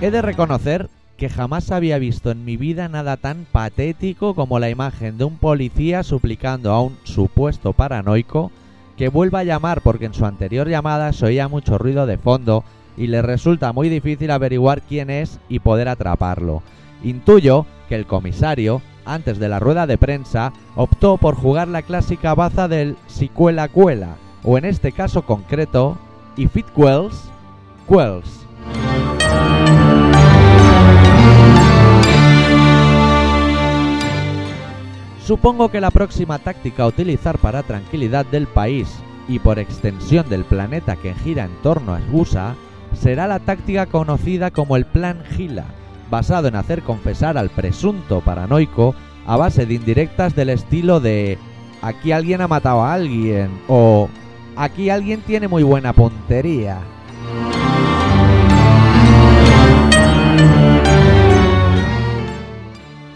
Speaker 2: He de reconocer que jamás había visto en mi vida nada tan patético como la imagen de un policía suplicando a un supuesto paranoico que vuelva a llamar porque en su anterior llamada se oía mucho ruido de fondo y le resulta muy difícil averiguar quién es y poder atraparlo. Intuyo que el comisario, antes de la rueda de prensa, optó por jugar la clásica baza del si cuela cuela, o en este caso concreto, if it quells, quells. Supongo que la próxima táctica a utilizar para tranquilidad del país y por extensión del planeta que gira en torno a USA será la táctica conocida como el Plan Gila, basado en hacer confesar al presunto paranoico a base de indirectas del estilo de aquí alguien ha matado a alguien o aquí alguien tiene muy buena puntería.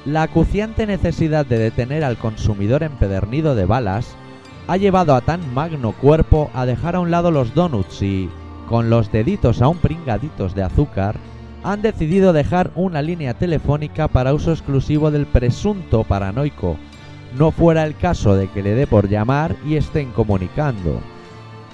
Speaker 2: La acuciante necesidad de detener al consumidor empedernido de balas ha llevado a tan magno cuerpo a dejar a un lado los donuts y, con los deditos aún pringaditos de azúcar, han decidido dejar una línea telefónica para uso exclusivo del presunto paranoico, no fuera el caso de que le dé por llamar y estén comunicando.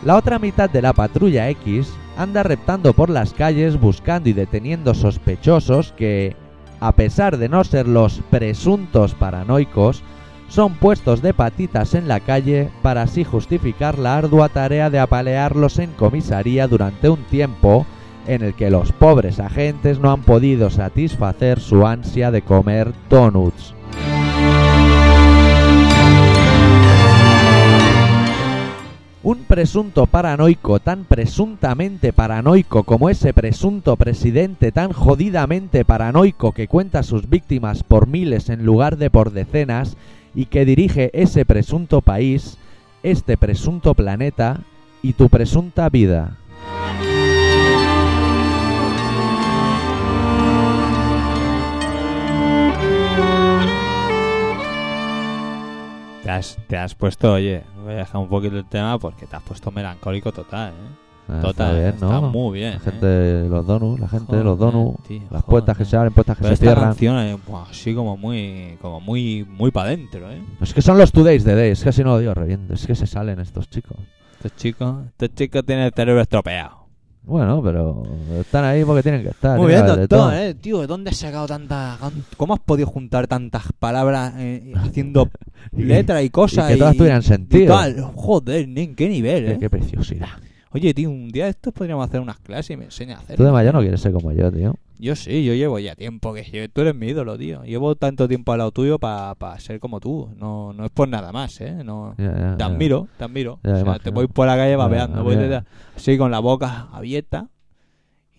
Speaker 2: La otra mitad de la patrulla X anda reptando por las calles buscando y deteniendo sospechosos que, a pesar de no ser los presuntos paranoicos, son puestos de patitas en la calle para así justificar la ardua tarea de apalearlos en comisaría durante un tiempo en el que los pobres agentes no han podido satisfacer su ansia de comer donuts. Un presunto paranoico tan presuntamente paranoico como ese presunto presidente tan jodidamente paranoico que cuenta a sus víctimas por miles en lugar de por decenas y que dirige ese presunto país, este presunto planeta y tu presunta vida.
Speaker 1: Te has, te has puesto, oye, voy a dejar un poquito el tema porque te has puesto melancólico total, ¿eh?
Speaker 2: Ah,
Speaker 1: Total,
Speaker 2: está bien,
Speaker 1: está
Speaker 2: ¿no?
Speaker 1: muy bien.
Speaker 2: La
Speaker 1: ¿eh?
Speaker 2: gente de los donuts, la gente de los
Speaker 1: Joder,
Speaker 2: donuts,
Speaker 1: tío,
Speaker 2: las puertas que
Speaker 1: joder.
Speaker 2: se abren, puertas que
Speaker 1: Pero
Speaker 2: se
Speaker 1: esta
Speaker 2: cierran.
Speaker 1: canción es buah, así como muy, como muy, muy para adentro, ¿eh?
Speaker 2: Es que son los two days de day, es que si no, Dios, reviento, es que se salen estos chicos.
Speaker 1: Estos chicos, estos chicos tienen este el cerebro estropeado.
Speaker 2: Bueno, pero están ahí porque tienen que estar.
Speaker 1: muy
Speaker 2: tiene
Speaker 1: bien,
Speaker 2: que haber de
Speaker 1: doctor,
Speaker 2: todo.
Speaker 1: ¿eh? Tío, ¿de dónde has sacado tanta... ¿Cómo has podido juntar tantas palabras eh, haciendo
Speaker 2: Y-
Speaker 1: letras y ¿eh?
Speaker 2: Y
Speaker 1: cosas?
Speaker 2: que todas tuvieran
Speaker 1: y
Speaker 2: sentido.
Speaker 1: tal? Joder, nen, qué nivel,
Speaker 2: Qué,
Speaker 1: ¿eh?
Speaker 2: qué preciosidad.
Speaker 1: Oye, tío, un día de estos podríamos hacer unas clases y me enseñas a hacer.
Speaker 2: Tú de mayor no quieres ser como yo, tío.
Speaker 1: Yo sí, yo llevo ya tiempo que yo- tú eres mi ídolo, tío. Llevo tanto tiempo al lado tuyo para ser como tú. No, no es por nada más, ¿eh? No,
Speaker 2: Ya, ya,
Speaker 1: te
Speaker 2: ya.
Speaker 1: admiro, te admiro.
Speaker 2: Ya,
Speaker 1: O sea,
Speaker 2: imagino.
Speaker 1: te voy por la calle babeando,
Speaker 2: Ya,
Speaker 1: voy
Speaker 2: ya.
Speaker 1: detrás, así con la boca abierta.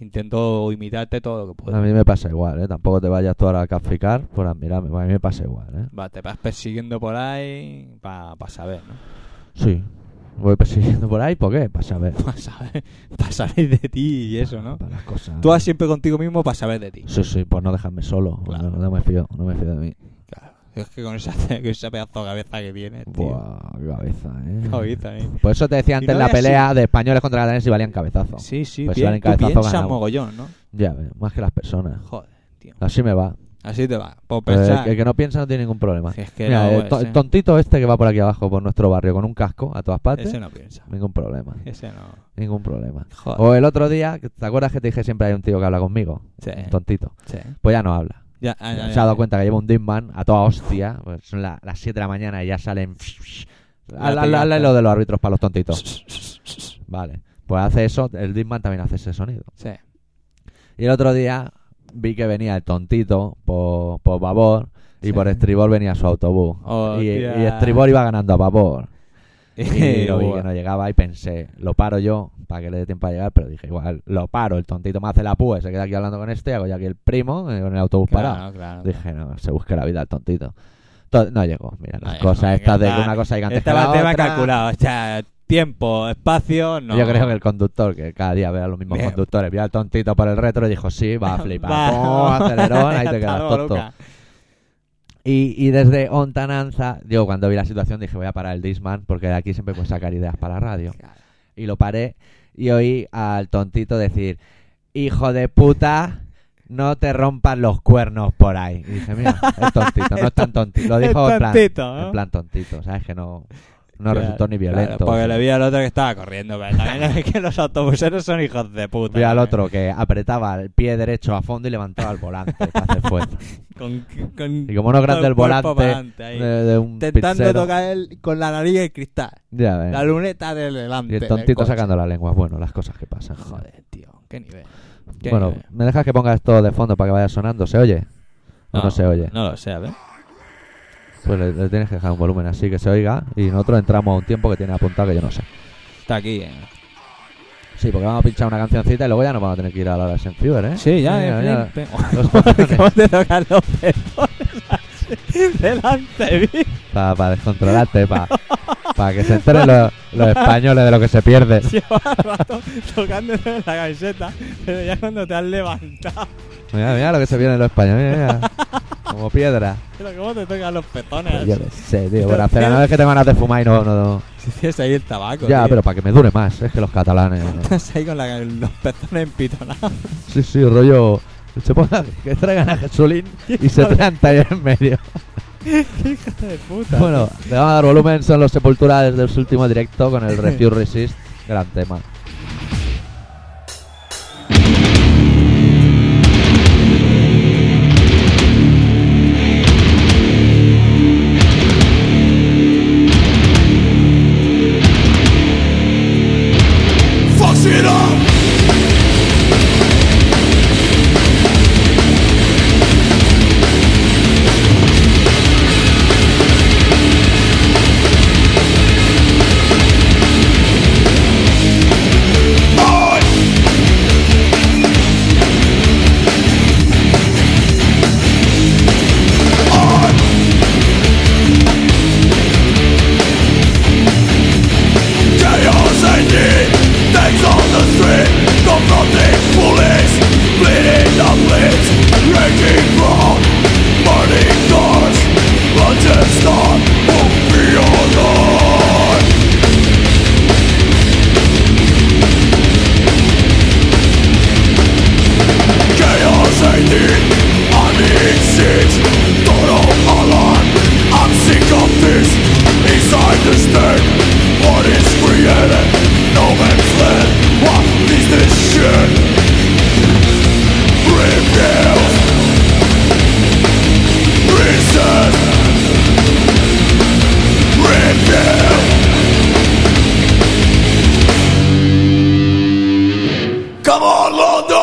Speaker 1: Intento imitarte todo lo que
Speaker 2: A
Speaker 1: puedo.
Speaker 2: mí me pasa igual, ¿eh? Tampoco te vayas tú ahora a caficar por admirarme. A mí me pasa igual, ¿eh?
Speaker 1: Va, te vas persiguiendo por ahí para saber, ¿no?
Speaker 2: Sí. Voy persiguiendo por ahí, ¿por qué? Para saber.
Speaker 1: Para saber, pa' saber de ti y eso, ¿no?
Speaker 2: Para las cosas.
Speaker 1: Tú vas siempre contigo mismo para saber de ti.
Speaker 2: Sí, sí, pues no dejarme solo.
Speaker 1: Claro.
Speaker 2: No, no me fío, no me fío de mí.
Speaker 1: Claro. Es que con esa, con esa pedazo de cabeza que tienes, tío.
Speaker 2: Buah, cabeza, ¿eh?
Speaker 1: Cabeza, ¿eh?
Speaker 2: Por eso te decía antes
Speaker 1: no
Speaker 2: la
Speaker 1: era así.
Speaker 2: pelea de españoles contra catalanes y valían cabezazo.
Speaker 1: Sí, sí,
Speaker 2: Pues si
Speaker 1: bien,
Speaker 2: van en
Speaker 1: tú
Speaker 2: cabezazo,
Speaker 1: piensas
Speaker 2: ganamos.
Speaker 1: mogollón, ¿no?
Speaker 2: Ya ves, más que las personas.
Speaker 1: Joder, tío.
Speaker 2: Así me va.
Speaker 1: Así te va. Por
Speaker 2: Pero
Speaker 1: pensar.
Speaker 2: El, el Eh, que no piensa no tiene ningún problema.
Speaker 1: Si es Pues que
Speaker 2: Mira,
Speaker 1: no eh,
Speaker 2: el,
Speaker 1: puede
Speaker 2: to- el
Speaker 1: ser.
Speaker 2: tontito este que va por aquí abajo, por nuestro barrio, con un casco a todas partes,
Speaker 1: Ese no piensa.
Speaker 2: ningún problema.
Speaker 1: Ese no.
Speaker 2: Ningún problema.
Speaker 1: Joder.
Speaker 2: O el otro día, que- ¿te acuerdas que te dije siempre hay un tío que habla conmigo?
Speaker 1: Sí.
Speaker 2: Un tontito.
Speaker 1: Sí.
Speaker 2: Pues ya no habla.
Speaker 1: Ya, ah, ya,
Speaker 2: se
Speaker 1: ya,
Speaker 2: ha dado
Speaker 1: ya.
Speaker 2: cuenta que lleva un Dimman a toda hostia. Pues son la- las 7 de la mañana y ya salen. Habla habla- habla lo de los árbitros para los tontitos.
Speaker 1: Sí.
Speaker 2: Vale. Pues hace eso, el Dimman también hace ese sonido. Y el otro día vi que venía el tontito por, por Babor y
Speaker 1: Sí.
Speaker 2: por Estribor venía su autobús. Y,
Speaker 1: Hostia.
Speaker 2: y Estribor iba ganando a Babor. Y lo vi
Speaker 1: Buah.
Speaker 2: que no llegaba y pensé, lo paro yo para que le dé tiempo a llegar, pero dije, igual, lo paro, el tontito me hace la púa, y se queda aquí hablando con este, hago ya aquí el primo eh, con el autobús parado.
Speaker 1: Claro, claro.
Speaker 2: Dije, no, se busca la vida el tontito. To- no llegó, mira,
Speaker 1: No
Speaker 2: las
Speaker 1: llegó,
Speaker 2: cosas
Speaker 1: hay que
Speaker 2: estas de que
Speaker 1: andar.
Speaker 2: una cosa hay que antes
Speaker 1: Este
Speaker 2: que la
Speaker 1: va, te va
Speaker 2: otra.
Speaker 1: calculado. O sea, tiempo, espacio, no.
Speaker 2: Yo creo que el conductor, que cada día ve a los mismos
Speaker 1: Bien.
Speaker 2: conductores, vio al tontito por el retro y dijo, sí, va a flipar.
Speaker 1: Va.
Speaker 2: Oh, acelerón, ahí te
Speaker 1: Hasta
Speaker 2: quedas
Speaker 1: luego,
Speaker 2: tonto.
Speaker 1: Luca.
Speaker 2: Y, y desde Ontananza, yo cuando vi la situación dije, voy a parar el Disman porque de aquí siempre puedo sacar ideas para la radio.
Speaker 1: Claro.
Speaker 2: Y lo paré y oí al tontito decir, hijo de puta, no te rompas los cuernos por ahí. Y dije, mira, es tontito, no es tan tontito. Lo
Speaker 1: Es
Speaker 2: dijo en plan,
Speaker 1: tontito, ¿no?
Speaker 2: en plan tontito, ¿sabes? Que no, no
Speaker 1: Claro,
Speaker 2: resultó ni
Speaker 1: claro,
Speaker 2: violento.
Speaker 1: porque le vi al otro que estaba corriendo. Pero también es que los autobuseros son hijos de puta.
Speaker 2: Vi al
Speaker 1: ¿no?
Speaker 2: otro que apretaba el pie derecho a fondo y levantaba el volante para hacer fuerza.
Speaker 1: Con, con
Speaker 2: Y como no es grande
Speaker 1: todo
Speaker 2: el
Speaker 1: cuerpo
Speaker 2: volante eh,
Speaker 1: pa'lante
Speaker 2: de,
Speaker 1: ahí.
Speaker 2: de un
Speaker 1: Intentando
Speaker 2: pizzero,
Speaker 1: tocar el, con la nariz el cristal.
Speaker 2: ya ves.
Speaker 1: La luneta del delante.
Speaker 2: Y el
Speaker 1: del
Speaker 2: tontito
Speaker 1: coche.
Speaker 2: sacando la lengua. Bueno, las cosas que pasan.
Speaker 1: Joder, tío, qué nivel. Qué
Speaker 2: Bueno,
Speaker 1: nivel.
Speaker 2: ¿me dejas que ponga esto de fondo para que vaya sonando? ¿Se oye? ¿O no, se oye?
Speaker 1: No lo sé, a ver.
Speaker 2: Pues le, le tienes que dejar un volumen así que se oiga. Y nosotros entramos a un tiempo que tiene apuntado que yo no sé.
Speaker 1: Está aquí. eh.
Speaker 2: Sí, porque vamos a pinchar una cancioncita y luego ya nos vamos a tener que ir a la hora de Fever, ¿eh?
Speaker 1: Sí, ya,
Speaker 2: Mira,
Speaker 1: eh,
Speaker 2: mira.
Speaker 1: Felipe.
Speaker 2: Los botones.
Speaker 1: Acabas de tocar los pezones así, delante de mí.
Speaker 2: Para descontrolarte, para que se enteren los, los españoles de lo que se pierde.
Speaker 1: Llevaba rato tocándote la camiseta, pero ya cuando te has levantado,
Speaker 2: Mira, mira lo que se viene en los españoles, mira, mira. Como piedra.
Speaker 1: pero cómo te tocan los
Speaker 2: Pues yo
Speaker 1: pezones.
Speaker 2: qué sé, tío. Bueno, pero no es que tengo ganas de fumar y no. no,
Speaker 1: Si tienes ahí el
Speaker 2: no.
Speaker 1: tabaco.
Speaker 2: Ya,
Speaker 1: tío.
Speaker 2: pero para que me dure más. Es que los catalanes. no.
Speaker 1: Estás ahí con la- los pezones empitonados.
Speaker 2: Sí, sí, rollo. Se ponga, que traigan a Jesulín y se traen taller en medio.
Speaker 1: Hijo de puta.
Speaker 2: Bueno, le vamos a dar volumen. Son los Sepultura desde su último directo con el Refuse Resist. Gran tema.
Speaker 4: Fucks it up. Come on, London!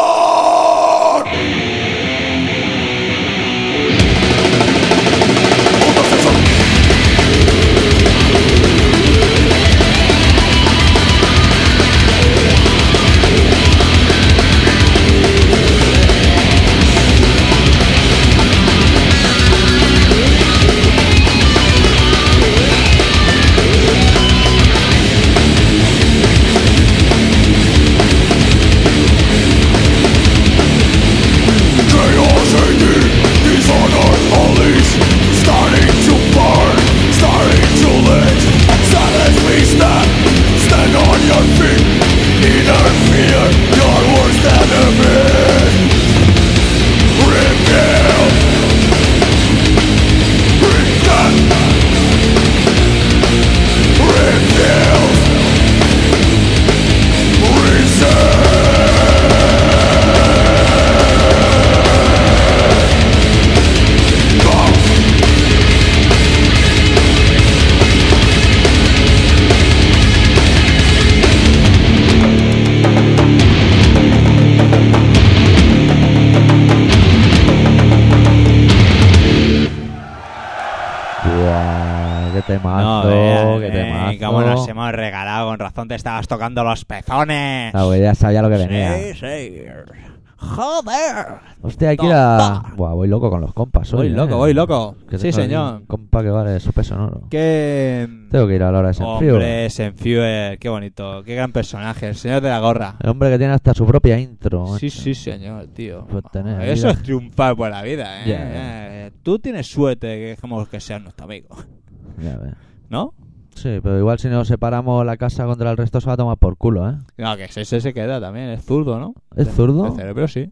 Speaker 4: Chaos in dishonor, police starting to burn, starting to lit. Silence, please stand, stand on your feet. Inner fear, your worst enemy. Reveal, bring them. Reveal, resist.
Speaker 2: Buah, qué temazo,
Speaker 1: veas,
Speaker 2: qué
Speaker 1: eh,
Speaker 2: temazo.
Speaker 1: cómo nos hemos regalado. Con razón te estabas tocando los pezones.
Speaker 2: Ah, güey, ya sabía lo que venía.
Speaker 1: sí, sí. Joder.
Speaker 2: Hostia, aquí la... Buah, voy loco con los compas
Speaker 1: Voy
Speaker 2: hoy,
Speaker 1: loco,
Speaker 2: eh.
Speaker 1: voy loco.
Speaker 2: Que
Speaker 1: Sí,
Speaker 2: tengo ahí
Speaker 1: señor.
Speaker 2: un Compa que vale su peso sonoro.
Speaker 1: Que... eh.
Speaker 2: Tengo que ir a la hora de San Frío.
Speaker 1: Hombre, Senfuer, qué bonito, qué gran personaje, el señor de la gorra.
Speaker 2: El hombre que tiene hasta su propia intro. eh.
Speaker 1: Sí,
Speaker 2: macho.
Speaker 1: sí, señor, tío.
Speaker 2: Pues tener
Speaker 1: Eso
Speaker 2: vida.
Speaker 1: es triunfar por la vida, ¿eh?
Speaker 2: Ya, ya.
Speaker 1: Eh, Tú tienes suerte que dejemos que seas nuestro amigo,
Speaker 2: Ya ves.
Speaker 1: ¿no?
Speaker 2: Sí, pero igual si nos separamos la casa contra el resto se va a tomar por culo, ¿eh?
Speaker 1: No, que ese se queda también, es zurdo, ¿no?
Speaker 2: ¿Es zurdo?
Speaker 1: El cerebro sí.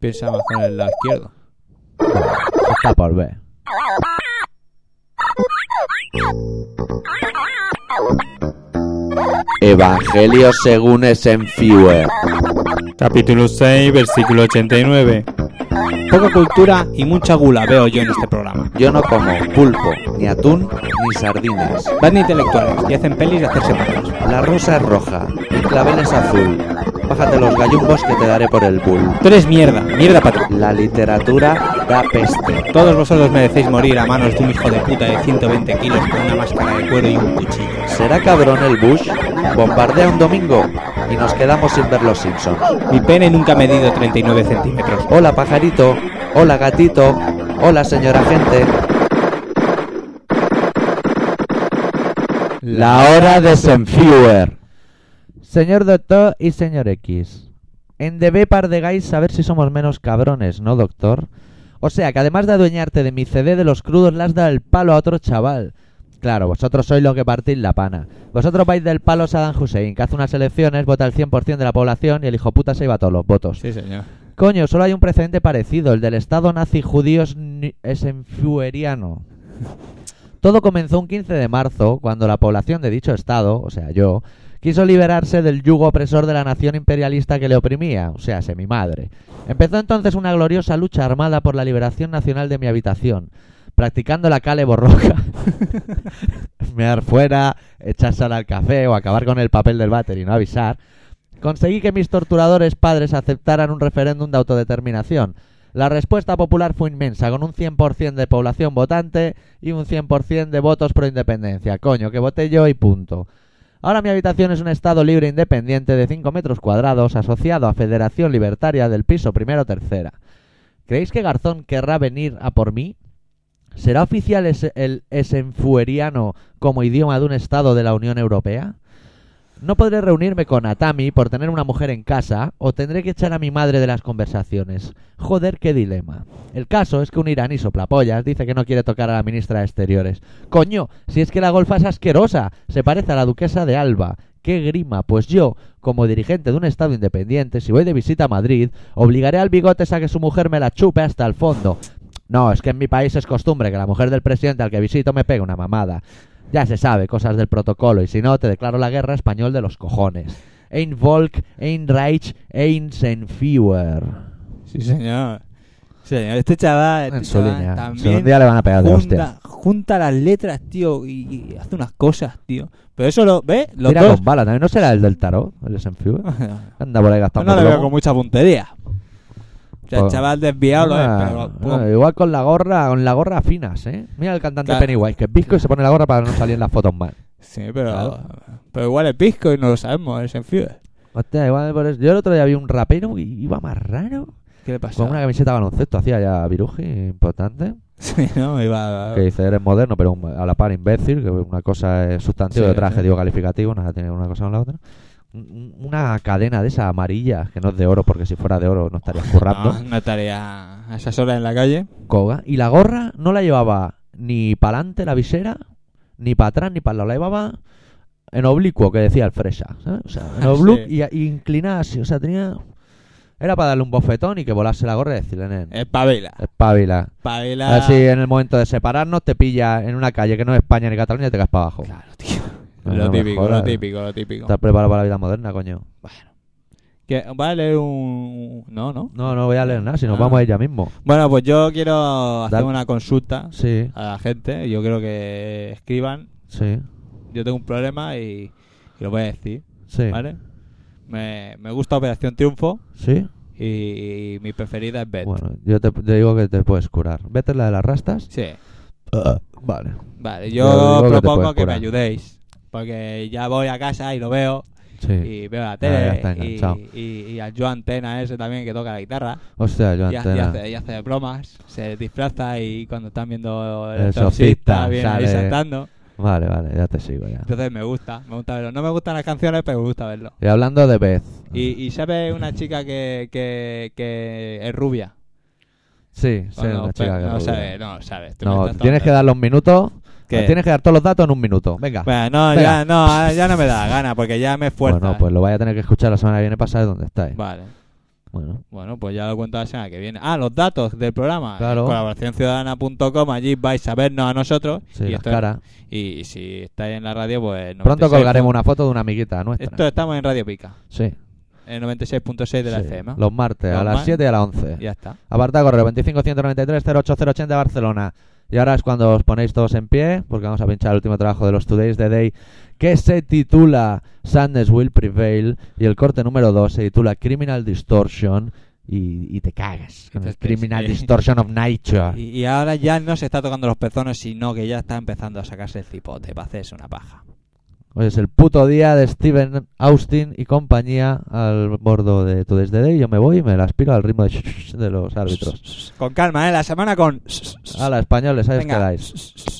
Speaker 1: Piensa más con el lado izquierdo.
Speaker 2: Eso Está por ver.
Speaker 5: Evangelio según Esenfiewer.
Speaker 1: Capítulo 6, versículo 89. Poca cultura y mucha gula veo yo en este programa.
Speaker 5: Yo no como pulpo, ni atún, ni sardinas.
Speaker 1: Van intelectuales y hacen pelis de hacerse malos.
Speaker 5: La rosa es roja, el clavel es azul. Bájate los gallumbos que te daré por el bull.
Speaker 1: Tú eres mierda, mierda para ti.
Speaker 5: La literatura da peste.
Speaker 1: Todos vosotros merecéis morir a manos de un hijo de puta de 120 kilos con una máscara de cuero y un cuchillo.
Speaker 5: ¿Será cabrón el Bush? Bombardea un domingo y nos quedamos sin ver los Simpsons.
Speaker 1: Mi pene nunca ha medido 39 centímetros.
Speaker 5: Hola pajarito, hola gatito, hola señora gente.
Speaker 2: La hora de Senfuer. Señor doctor y señor X. En DB pardegáis saber si somos menos cabrones, ¿no, doctor? O sea, que además de adueñarte de mi CD de los crudos, le has dado el palo a otro chaval. Claro, vosotros sois los que partís la pana. Vosotros vais del palo a Saddam Hussein, que hace unas elecciones, vota el 100% de la población y el hijo puta se iba a todos los votos.
Speaker 1: Sí, señor.
Speaker 2: Coño, solo hay un precedente parecido, el del Estado nazi judío sni- esenfueriano. Todo comenzó un 15 de marzo, cuando la población de dicho Estado, o sea yo, quiso liberarse del yugo opresor de la nación imperialista que le oprimía, o sea, mi madre. Empezó entonces una gloriosa lucha armada por la liberación nacional de mi habitación, practicando la cale borroca. Mear fuera, echar sal al café o acabar con el papel del váter y no avisar. Conseguí que mis torturadores padres aceptaran un referéndum de autodeterminación. La respuesta popular fue inmensa, con un 100% de población votante y un 100% de votos pro independencia. Coño, que voté yo y punto. Ahora mi habitación es un estado libre e independiente de 5 metros cuadrados asociado a Federación Libertaria del piso primero o tercera. ¿Creéis que Garzón querrá venir a por mí? ¿Será oficial ese- el esenfueriano como idioma de un estado de la Unión Europea? No podré reunirme con Atami por tener una mujer en casa o tendré que echar a mi madre de las conversaciones. Joder, qué dilema. El caso es que un iraní soplapollas dice que no quiere tocar a la ministra de Exteriores. Coño, si es que la golfa es asquerosa, se parece a la duquesa de Alba. ¡Qué grima! Pues yo, como dirigente de un Estado independiente, si voy de visita a Madrid, obligaré al bigotes a que su mujer me la chupe hasta el fondo. No, es que en mi país es costumbre que la mujer del presidente al que visito me pegue una mamada. Ya se sabe, cosas del protocolo, y si no, te declaro la guerra español de los cojones. Ein Volk, ein Reich, ein Senfuer.
Speaker 1: Sí, señor. Sí, señor, este chaval, este
Speaker 2: En su
Speaker 1: chaval
Speaker 2: línea. Si
Speaker 1: también
Speaker 2: un día le van a pegar de hostia.
Speaker 1: junta, junta las letras, tío, y, y hace unas cosas, tío. Pero eso lo, ¿ves? Los
Speaker 2: Mira
Speaker 1: dos.
Speaker 2: con bala también. ¿No será el del tarot? El Senfuge.
Speaker 1: no
Speaker 2: Anda por ahí gastando
Speaker 1: le veo
Speaker 2: plomo.
Speaker 1: con mucha puntería. O sea, el
Speaker 2: Pues-
Speaker 1: chaval desviado lo es,
Speaker 2: Ah,
Speaker 1: eh, pero
Speaker 2: ah, igual con la gorra, con la gorra finas, ¿eh? Mira el cantante
Speaker 1: Claro.
Speaker 2: Pennywise, que es bizco y se pone la gorra para no salir en las fotos mal.
Speaker 1: Sí, pero,
Speaker 2: Claro.
Speaker 1: pero igual es pisco y no lo sabemos, es en Fever.
Speaker 2: Hostia, igual por eso- Yo el otro día vi un rapero que iba más raro.
Speaker 1: ¿Qué le pasó?
Speaker 2: Con una camiseta de baloncesto, hacía ya viruji importante.
Speaker 1: Sí, no, iba
Speaker 2: Que dice, eres moderno, pero un- a la par imbécil, que una cosa es sustantivo
Speaker 1: Sí,
Speaker 2: de traje,
Speaker 1: sí.
Speaker 2: digo calificativo, nada tiene una cosa con la otra. Un- un- Una cadena de esas amarillas, que no es de oro, porque si fuera de oro no estarías currando.
Speaker 1: no, no estaría a esas horas en la calle.
Speaker 2: Koga. Y la gorra no la llevaba ni para adelante la visera, ni para atrás, ni para lado. La llevaba en oblicuo, que decía el fresa. ¿sabes? O sea, en oblicuo
Speaker 1: Sí.
Speaker 2: y, y inclinada así. O sea, tenía. Era para darle un bofetón y que volase la gorra y decirle, nen,
Speaker 1: Eh. Espabila.
Speaker 2: espabila.
Speaker 1: Espabila.
Speaker 2: Así en el momento de separarnos te pilla en una calle que no es España ni Cataluña y te caes para abajo.
Speaker 1: Claro, tío.
Speaker 2: No,
Speaker 1: Lo
Speaker 2: no me
Speaker 1: típico,
Speaker 2: jodas.
Speaker 1: lo típico, lo típico.
Speaker 2: Estás preparado para la vida moderna, coño.
Speaker 1: Que va a leer un... No, no.
Speaker 2: No, no voy a leer nada, si nos
Speaker 1: Ah.
Speaker 2: vamos a ir ya mismo.
Speaker 1: Bueno, pues yo quiero hacer
Speaker 2: Dale.
Speaker 1: una consulta
Speaker 2: Sí,
Speaker 1: a la gente. Yo quiero que escriban.
Speaker 2: sí,
Speaker 1: Yo tengo un problema y, y lo voy a decir,
Speaker 2: sí.
Speaker 1: ¿vale? Me, me gusta Operación Triunfo
Speaker 2: ¿Sí?
Speaker 1: y, mi preferida es Beth.
Speaker 2: Bueno, yo te, te digo que te puedes curar. Vete la de las rastas.
Speaker 1: Sí. Ah,
Speaker 2: Vale.
Speaker 1: Vale,
Speaker 2: Pero
Speaker 1: yo
Speaker 2: digo que te
Speaker 1: propongo
Speaker 2: puedes
Speaker 1: que, me
Speaker 2: curar.
Speaker 1: ayudéis. Porque ya voy a casa y lo veo.
Speaker 2: Sí. Ah,
Speaker 1: Y veo la
Speaker 2: ya
Speaker 1: tele.
Speaker 2: está enganchado.
Speaker 1: y, y, y al Joan Tena ese también que toca la guitarra.
Speaker 2: Hostia, yo
Speaker 1: Y hace, y
Speaker 2: antena.
Speaker 1: hace- y hace bromas. Se disfraza y cuando están viendo el,
Speaker 2: El
Speaker 1: exorcista
Speaker 2: exorcista,
Speaker 1: viene ahí
Speaker 2: sale.
Speaker 1: saltando.
Speaker 2: Vale, vale, ya te sigo ya.
Speaker 1: Entonces me gusta, me gusta verlo. No me gustan las canciones, pero me gusta verlo.
Speaker 2: Y hablando de Beth.
Speaker 1: Y, y sabe una chica que, que, que es rubia.
Speaker 2: Sí, sí,
Speaker 1: O no, pero
Speaker 2: una chica que
Speaker 1: no
Speaker 2: rubia.
Speaker 1: sabe, no sabe. Tú me
Speaker 2: No,
Speaker 1: estás
Speaker 2: tienes que
Speaker 1: tomando-
Speaker 2: dar los minutos.
Speaker 1: ¿Qué?
Speaker 2: Tienes que dar todos los datos en un minuto. Venga.
Speaker 1: Bueno, no, ya
Speaker 2: Venga.
Speaker 1: no, ahora ya no me da gana porque ya me esfuerzo.
Speaker 2: Bueno, pues lo vaya a tener que escuchar la semana que viene para saber dónde estáis.
Speaker 1: Vale.
Speaker 2: Bueno.
Speaker 1: Bueno, pues ya lo cuento la semana que viene. Ah, los datos del programa. Eh,
Speaker 2: Claro.
Speaker 1: Colaboraciónciudadana.com, allí vais a vernos a nosotros.
Speaker 2: Sí,
Speaker 1: y,
Speaker 2: las
Speaker 1: esto-
Speaker 2: caras.
Speaker 1: y si estáis en la radio, pues...
Speaker 2: Pronto
Speaker 1: 96.
Speaker 2: colgaremos una foto de una amiguita nuestra.
Speaker 1: Esto estamos en Radio Pica,
Speaker 2: Sí.
Speaker 1: en 96.6 de la
Speaker 2: sí.
Speaker 1: FM.
Speaker 2: Los martes,
Speaker 1: Los
Speaker 2: a las
Speaker 1: mar-
Speaker 2: 7 y a las 11.
Speaker 1: Ya está.
Speaker 2: Apartado correo 25-193-08080 Barcelona. Y ahora es cuando os ponéis todos en pie, porque vamos a pinchar el último trabajo de los Today's the Day, que se titula Sadness Will Prevail, y el corte número 2 se titula Criminal Distortion, y, y te cagas con
Speaker 1: Te-
Speaker 2: el
Speaker 1: te-
Speaker 2: Criminal
Speaker 1: sí.
Speaker 2: Distortion of Nature.
Speaker 1: Y, y ahora ya no se está tocando los pezones, sino que ya está empezando a sacarse el cipote para hacerse una paja.
Speaker 2: Hoy Pues es el puto día de Steven Austin y compañía al bordo de Today's the Day. Yo me voy y me la aspiro al ritmo de, de los árbitros.
Speaker 1: Con calma, ¿eh? La semana con...
Speaker 2: A la españoles, ahí os
Speaker 1: Venga.
Speaker 2: quedáis.